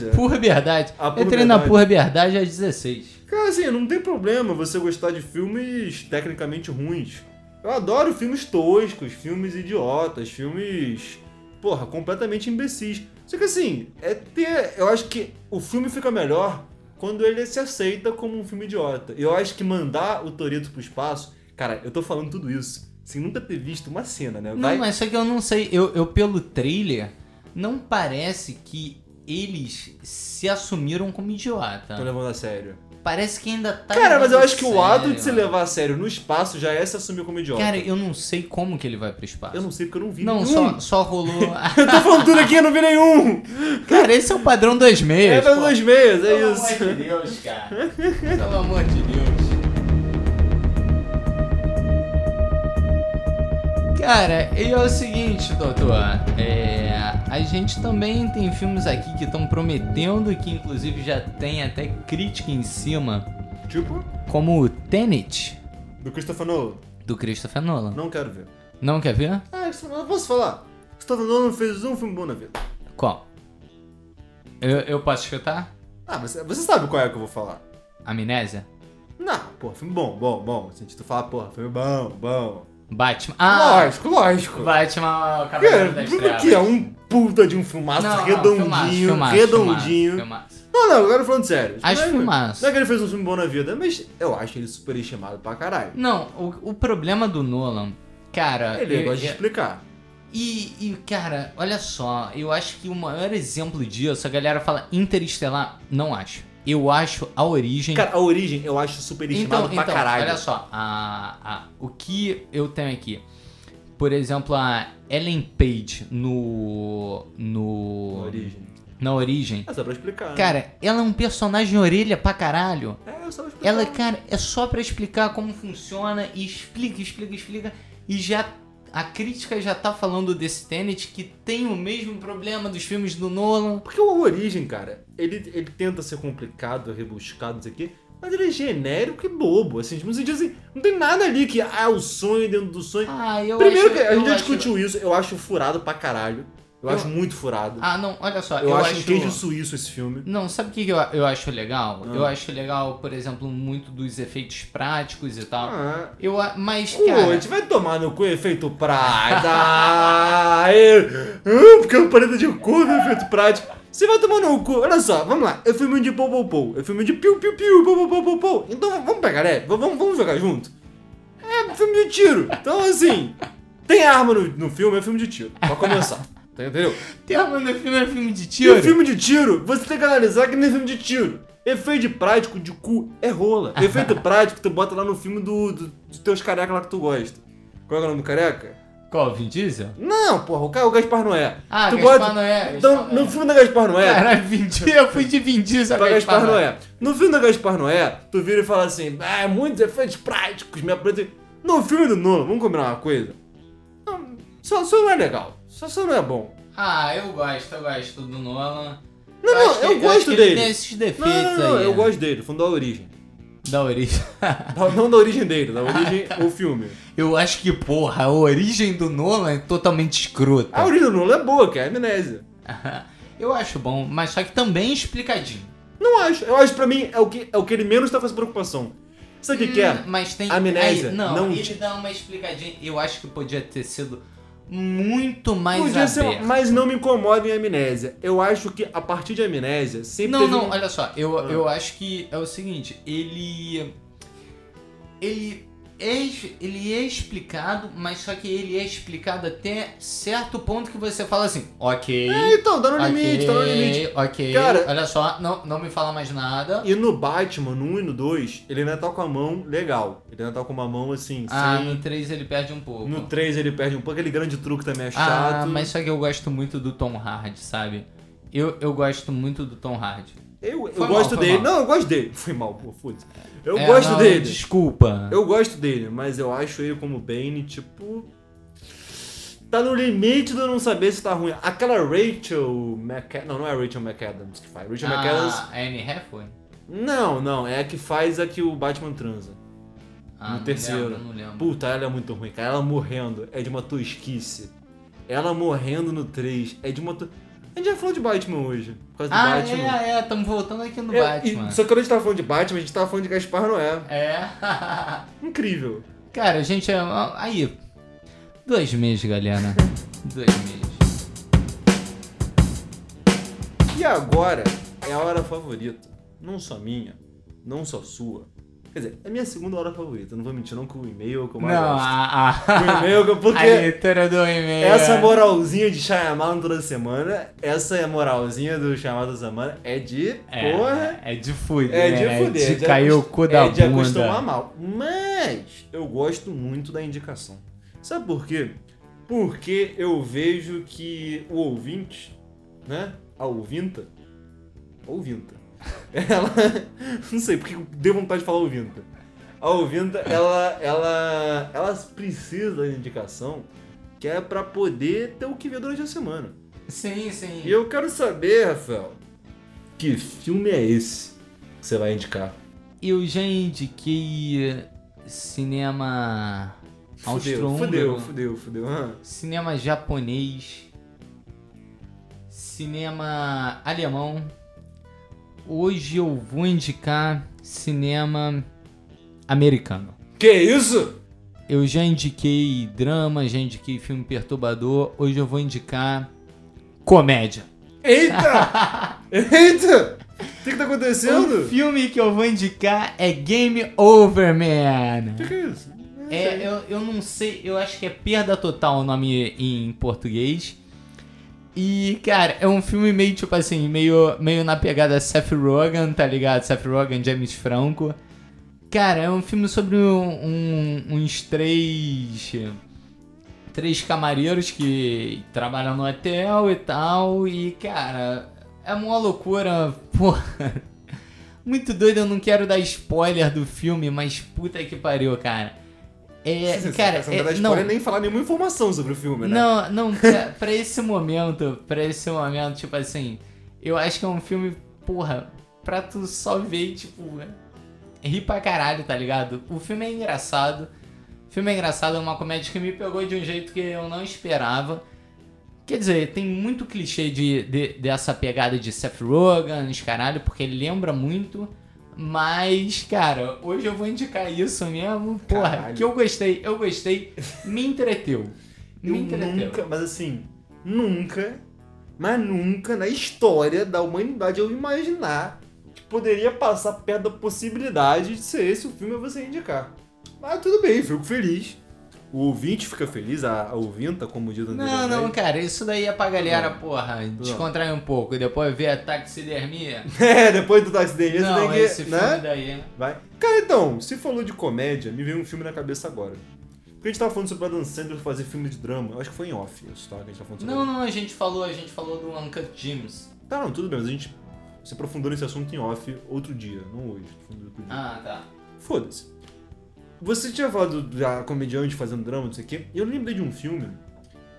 verdade. é. Puberdade. A Eu entrei na puberdade. puberdade aos 16. Cara, assim, não tem problema você gostar de filmes tecnicamente ruins. Eu adoro filmes toscos, filmes idiotas, filmes. Porra, completamente imbecis. Só que assim, é ter. Eu acho que o filme fica melhor quando ele se aceita como um filme idiota. Eu acho que mandar o Toreto pro espaço. Cara, eu tô falando tudo isso sem nunca ter visto uma cena, né? Vai, Não, é. mas só que eu não sei, eu, eu pelo trailer, não parece que eles se assumiram como tô idiota. levando a sério. Parece que ainda tá. Cara, mas eu levando acho que o a ato sério, de se mano. levar a sério no espaço já é se assumir como idiota. Cara, eu não sei como que ele vai pro espaço. eu não sei porque eu não vi Não, só, nenhum. só rolou. Ah, Eu tô falando tudo aqui, eu não vi nenhum. cara, esse é o padrão das É meias. pra pô. Tá dois meses, é Pelo amor isso. de Deus, cara. Pelo amor de Deus. Cara, e é o seguinte, doutor. É, a gente também tem filmes aqui que estão prometendo, que inclusive já tem até crítica em cima, Tipo, como o Tenet, do Christopher Nolan. do Christopher Nolan. Não quero ver. Não quer ver? Ah, isso não eu posso falar. Christopher Nolan fez um filme bom na vida. Qual? Eu, eu posso chutar? Ah, mas você sabe qual é que eu vou falar. Amnésia? Não, pô, filme bom, bom, bom. Se a gente tu fala, porra, filme bom, bom. Batman. Ah! lógico, lógico. Batman, o Cara, Cavaleiro das tudo Trevas. que é um puta de um filmaço Não, não, redondinho, filmaço, redondinho. filmaço, filmaço. Não, não, agora falando sério. Acho não é, filmaço. Não é que ele fez um filme bom na vida, mas eu acho ele super estimado pra caralho. Não, o, o problema do Nolan, cara. Ele eu- gosta de eu- explicar. e, e, cara, olha só, eu acho que o maior exemplo disso, a galera fala interestelar, não acho. Eu acho a origem. Cara, a origem eu acho super estimado então, pra então caralho. olha só, a, a, o que eu tenho aqui? Por exemplo, a Ellen Page no. no. Origem. Na origem. É só pra explicar. Cara, ela é um personagem orelha pra caralho. né? é só pra explicar. Ela, cara, é só pra explicar como funciona e explica, explica, explica. E já a crítica já tá falando desse Tenet que tem o mesmo problema dos filmes do Nolan. Porque o Origem, cara, ele, ele tenta ser complicado, rebuscado, isso aqui, mas ele é genérico e bobo. Assim, tipo, no sentido assim, não tem nada ali que, ah, o sonho dentro do sonho. Ah, eu Primeiro acho- que a eu gente já acho- discutiu isso, eu acho furado pra caralho. Eu, Eu- acho muito furado. Ah, não, olha só, eu, acho, um queijo suíço esse filme. Não, sabe o que que eu, eu acho legal? Ah. Eu acho legal, por exemplo, muito dos efeitos práticos e tal. Ah, Eu, a- mas, cara, Putz, vai tomar no cu efeito prada. Eu- Ah, Porque é um planeta de curva, efeito prático. Você vai tomar no cu. Olha só, vamos lá. É filme de pou pou pou. É filme de piu piu piu, pou pou pou pou pou. Então vamos pegar, né? Vamos, vamos jogar junto. É filme de tiro. Então assim, Tem arma no, no filme, é filme de tiro. Pra começar. Tá- Entendeu? Termo do filme é filme de E tiro? o filme de tiro, você tem que analisar que nem filme de tiro. Efeito prático de cu é rola. Efeito prático tu bota lá no filme do, do, dos teus careca lá que tu gosta. Qual é o nome do careca? Qual, Vin Diesel? Não, porra, o, cara, o Gaspar Noé. Ah, tu Gaspar bota... Noé, Então, Gaspar é. Noé. no filme da Gaspar Noé, Caralho, Vin Diesel, eu fui de Vin Diesel pra pra Gaspar é. Noé. No filme da Gaspar Noé, tu vira e fala assim, ah, muitos efeitos práticos, minha preta. No filme do Nolan, vamos combinar uma coisa? Não, só, só não é legal. Só, só não é bom. Ah, eu gosto, eu gosto do Nolan. Não, não, acho que- eu acho gosto que ele dele. tem esses Não, defeitos não, não, aí. Ah, eu né? gosto dele, falando da origem. Da origem. Da- não da origem dele, da origem o filme. eu acho que, porra, a origem do Nolan é totalmente escrota. A origem do Nolan é boa, cara, é amnésia. Eu acho bom, mas só que também explicadinho. Não acho. Eu acho que pra mim é o que, é o que ele menos tá fazendo preocupação. Sabe o que, que é? Mas tem Amnésia, aí- não, não ele te- dá uma explicadinha. Eu acho que podia ter sido muito mais Podia ser, aberto. mas não me incomoda em amnésia. Eu acho que a partir de amnésia sempre. Não, teve não, um- olha só, eu, eu acho que é o seguinte, ele. Ele é, es- ele é explicado, mas só que ele é explicado até certo ponto que você fala assim, ok. Então, tá no ok, limite, tá no limite. Ok, Cara- olha só, não, não me fala mais nada. E no Batman, no 1 e no 2, ele ainda tá com a mão legal. Ele ainda tá com uma mão assim, Ah, sem- no 3 ele perde um pouco. No 3 ele perde um pouco, aquele grande truque também é chato. ah, mas só que eu gosto muito do Tom Hardy, sabe? Eu, eu gosto muito do Tom Hardy. Eu, eu Foi mal, gosto foi dele. mal. Não, eu gosto dele. Foi mal, pô, foda-se. Eu É, gosto não, dele. Desculpa. Eu gosto dele, mas eu acho ele como Bane, tipo. Tá no limite de eu não saber se tá ruim. Aquela Rachel McAdams. Não, não é a Rachel McAdams que faz. Rachel McAdams. ah, a Anne Hathaway? Não, não. É a que faz a que o Batman transa. Ah, no não terceiro. lembro, não lembro. Puta, ela é muito ruim, cara. Ela morrendo é de uma tosquice. Ela morrendo no 3 é de uma. To... A gente já falou de Batman hoje. Por causa do Ah, Batman. é, é, estamos voltando aqui no É, Batman. e- só que quando a gente tava falando de Batman, a gente tava falando de Gaspar Noé. É. Incrível. Cara, a gente é. Aí. Dois meses, galera. Dois meses. E agora é a hora favorita. Não só minha, não só sua. Quer dizer, é a minha segunda hora favorita. Não vou mentir, não, que o e-mail é o que eu mais Não, gosto. a. a... O e-mail, que eu- porque A leitura do e-mail. essa é- moralzinha de Shyamalan toda semana, essa é moralzinha do chamado da semana é de. é, Porra! é de fuder. É de né? fuder. De cair o acost- cu da É de acostumar bunda. mal. Mas eu gosto muito da indicação. Sabe por quê? Porque eu vejo que o ouvinte, né? A ouvinta. Ouvinta. Ela. Não sei, porque eu dei vontade de falar ouvinta. A ouvinta, ela. Ela. Ela precisa da indicação que é pra poder ter o que ver durante a semana. Sim, sim. E eu quero saber, Rafael, que filme é esse que você vai indicar? Eu já indiquei cinema Fudeu, austro-húngaro, fudeu, fudeu, fudeu. Ah, Hã? cinema japonês, cinema alemão. Hoje eu vou indicar cinema americano. Que isso? Eu já indiquei drama, já indiquei filme perturbador. Hoje eu vou indicar comédia. Eita! Eita! O que, que tá O acontecendo? Um filme que eu vou indicar é Game Over Man. Que isso? É, eu, eu não sei, eu acho que é Perda Total o nome em português. E, cara, é um filme meio, tipo assim, meio, meio na pegada Seth Rogen, tá ligado? Seth Rogen, James Franco. Cara, é um filme sobre um- um- uns três. Três camareiros que trabalham no hotel e tal. E, cara, é uma loucura, porra. Muito doido, eu não quero dar spoiler do filme, mas puta que pariu, cara. É, cara, você é- não, tá não, nem falar nenhuma informação sobre o filme, né? não, não, pra, pra esse momento, pra esse momento, tipo assim, eu acho que é um filme, porra, pra tu só ver e, tipo, rir pra caralho, tá ligado? O filme é engraçado. O filme é engraçado, é uma comédia que me pegou de um jeito que eu não esperava. Quer dizer, tem muito clichê de, de- dessa pegada de Seth Rogen, os caralho, porque ele lembra muito. Mas, cara, hoje eu vou indicar isso mesmo. Porra, Caralho. que eu gostei, eu gostei. Me entreteu. Me Eu entreteu. nunca, mas assim, nunca, mas nunca na história da humanidade eu imaginar que poderia passar perto da possibilidade de ser esse o filme a você indicar. Mas tudo bem, fico feliz. O ouvinte fica feliz, a, a ouvinta, como diz o André. Não, não, Andrade. cara, isso daí é pra galera, porra, descontrair um pouco. E depois ver a taxidermia. É, depois do taxidermia, você tem não, que. esse né? filme daí. é- Vai. Cara, então, se falou de comédia, me veio um filme na cabeça agora. Porque a gente tava falando sobre Adam Sandler fazer filme de drama. Eu acho que foi em off isso, tá? Que a gente tava falando sobre. Não, não, a gente falou, a gente falou do Uncut Gems. Tá, não, tudo bem, mas a gente se aprofundou nesse assunto em off outro dia, não hoje. aprofundou outro dia. Ah, tá. Foda-se. Você tinha falado da comediante fazendo drama, não sei o quê. E eu lembrei de um filme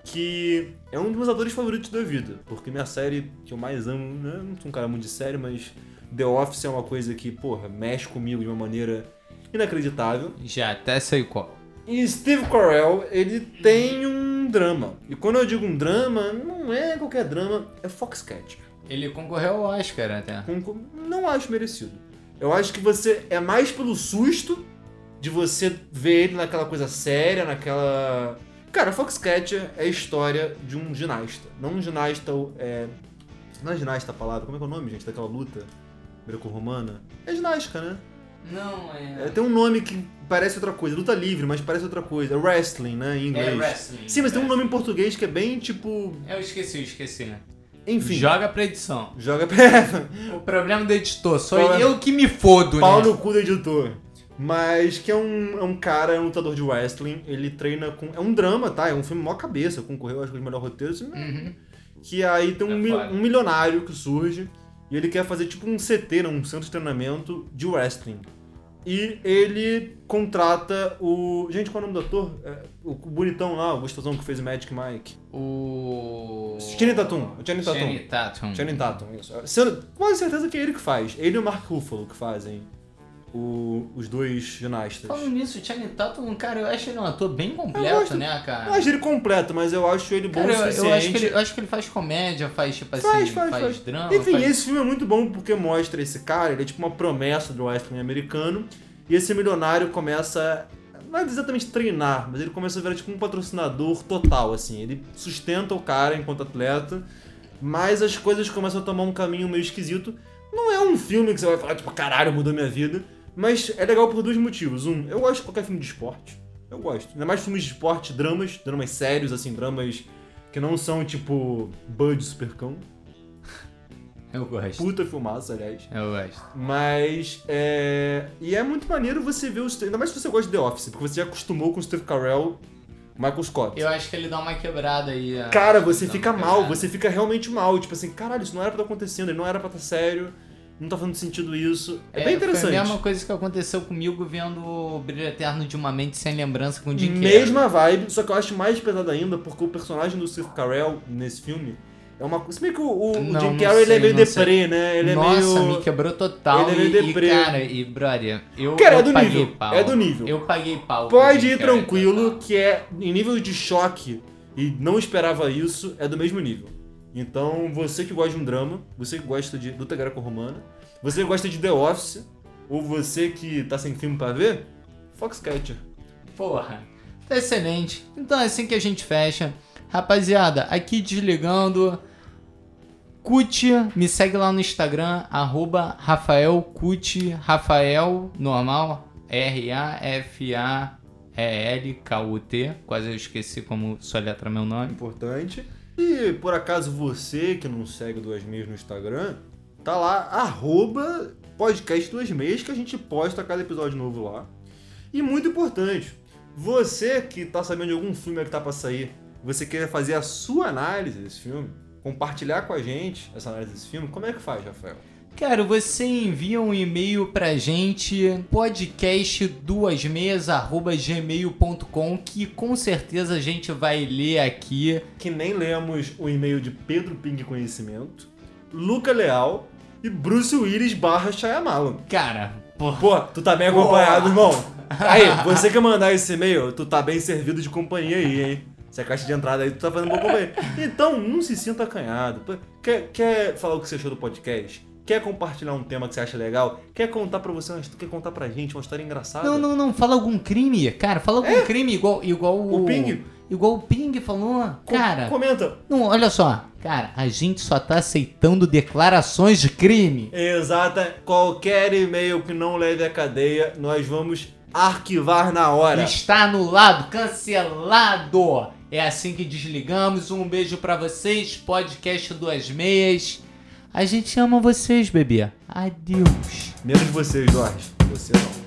que é um dos meus atores favoritos da vida. Porque minha série que eu mais amo, né? eu Não sou um cara muito de série, mas The Office é uma coisa que, porra, mexe comigo de uma maneira inacreditável. Já até sei qual. E Steve Carell, ele tem um drama. E quando eu digo um drama, não é qualquer drama, é Foxcatcher. Ele concorreu ao Oscar até. Conco- Não acho merecido. Eu acho que você é mais pelo susto de você ver ele naquela coisa séria, naquela. Cara, Foxcatcher é a história de um ginasta. Não um ginasta. É... Não é ginasta a palavra, como é que é o nome, gente? Daquela luta greco-romana? É ginástica, né? Não, É, tem um nome que parece outra coisa. Luta livre, mas parece outra coisa. É wrestling, né? Em inglês. É wrestling. Sim, mas tem um nome em português que é bem tipo. Eu esqueci, eu esqueci. Enfim. Joga pra edição. Joga pra. O problema do editor, sou Problema. eu que me fodo, Pau né? no cu do editor. Mas que é um, é um cara, é um lutador de wrestling, ele treina com. É um drama, tá? É um filme mó cabeça, concorreu, acho que, de melhor roteiro. assim, Uhum. Que aí tem um, É mi- claro. um milionário que surge e ele quer fazer tipo um CT, né? um centro de treinamento de wrestling. E ele contrata o. Gente, qual é o nome do ator? É, o bonitão lá, o gostosão que fez o Magic Mike. O. Channing Tatum, o Channing Tatum. Channing Tatum. Uhum. Channing Tatum, isso. Sendo quase certeza que é ele que faz. Ele e o Mark Ruffalo que fazem o- os dois ginastas. Falando nisso, o Channing Tatum, cara, eu acho ele um ator bem Eu completo, gosto- né, cara? Eu acho ele completo, mas eu acho ele bom Cara, o eu, suficiente. eu acho que ele, eu acho que ele faz comédia, faz tipo assim, Faz, faz, faz, faz. drama. Enfim, faz... esse filme é muito bom porque mostra esse cara, ele é tipo uma promessa do wrestling americano. E esse milionário começa, não é exatamente treinar, mas ele começa a virar tipo um patrocinador total, assim. Ele sustenta o cara enquanto atleta, mas as coisas começam a tomar um caminho meio esquisito. Não é um filme que você vai falar, tipo, caralho, mudou minha vida. Mas é legal por dois motivos. Um, eu gosto de qualquer filme de esporte. Eu gosto. Ainda mais filmes de esporte, dramas, dramas sérios, assim, dramas que não são tipo Bud Supercão. Eu gosto. Puta filmaço, aliás. Eu gosto. Mas é. E é muito maneiro você ver os. Ainda mais se você gosta de The Office, porque você já acostumou com o Steve Carell, Michael Scott. Eu acho que ele dá uma quebrada aí. ah, Cara, acho que você ele dá fica uma mal, quebrada. você fica realmente mal. Tipo assim, caralho, isso não era pra estar acontecendo, ele não era pra estar sério, não tá fazendo sentido isso. É, bem interessante. Foi a mesma coisa que aconteceu comigo vendo o Brilho Eterno de uma Mente Sem Lembrança com o Jim Carrey. Mesma vibe, só que eu acho mais pesado ainda, porque o personagem do Steve Carell nesse filme é uma coisa. Se bem que o, o- o Não, Jim não Carrey ele sei, é meio não sei. deprê, né? Ele é Nossa, meio. me quebrou total. Ele é meio e, e, deprê. cara, e brother, eu, Cara, é eu do paguei nível, pau. é do nível. Eu paguei pau. pro Pode Jim ir Carrey, tranquilo, total. que é em nível de choque e não esperava isso, é do mesmo nível. Então, você que gosta de um drama, você que gosta de luta greco-romana, você que gosta de The Office, ou você que tá sem filme pra ver, Foxcatcher. Porra, tá excelente. Então é assim que a gente fecha. Rapaziada, aqui desligando. Cuti, me segue lá no Instagram, arroba Rafael Cuti, Rafael, normal, R-A-F-A-E-L-K-U-T, quase eu esqueci como soletrar meu nome. Importante. E, por acaso, você que não segue Duas Meias no Instagram, tá lá, arroba podcast Duas Meias, que a gente posta cada episódio novo lá. E muito importante, você que tá sabendo de algum filme que tá pra sair, você quer fazer a sua análise desse filme, compartilhar com a gente essa análise desse filme, como é que faz, Rafael? Cara, você envia um e-mail pra gente, podcastduasmeias.gmail.com, que com certeza a gente vai ler aqui. Que nem lemos o e-mail de Pedro Ping Conhecimento, Luca Leal e Bruce Willis barra Shyamalan. Cara, porra. Pô, tu tá bem acompanhado, irmão. Aí, você que mandar esse e-mail, tu tá bem servido de companhia aí, hein? Se a caixa de entrada aí, tu tá fazendo boa companhia. Então, não se sinta acanhado. Pô, Quer, quer falar o que você achou do podcast? Quer compartilhar um tema que você acha legal? Quer contar pra você, uma histó- quer contar pra gente uma história engraçada? Não, não, não. Fala algum crime, cara. Fala algum crime igual, igual o. É? O Ping? Igual o Ping falou. Co- cara, Comenta. não, olha só. Cara, a gente só tá aceitando declarações de crime. Exata. Qualquer e-mail que não leve à cadeia, nós vamos arquivar na hora. Está anulado, cancelado. É assim que desligamos. Um beijo pra vocês, podcast Duas Meias. A gente ama vocês, bebê. Adeus. Menos vocês, Jorge. Você não.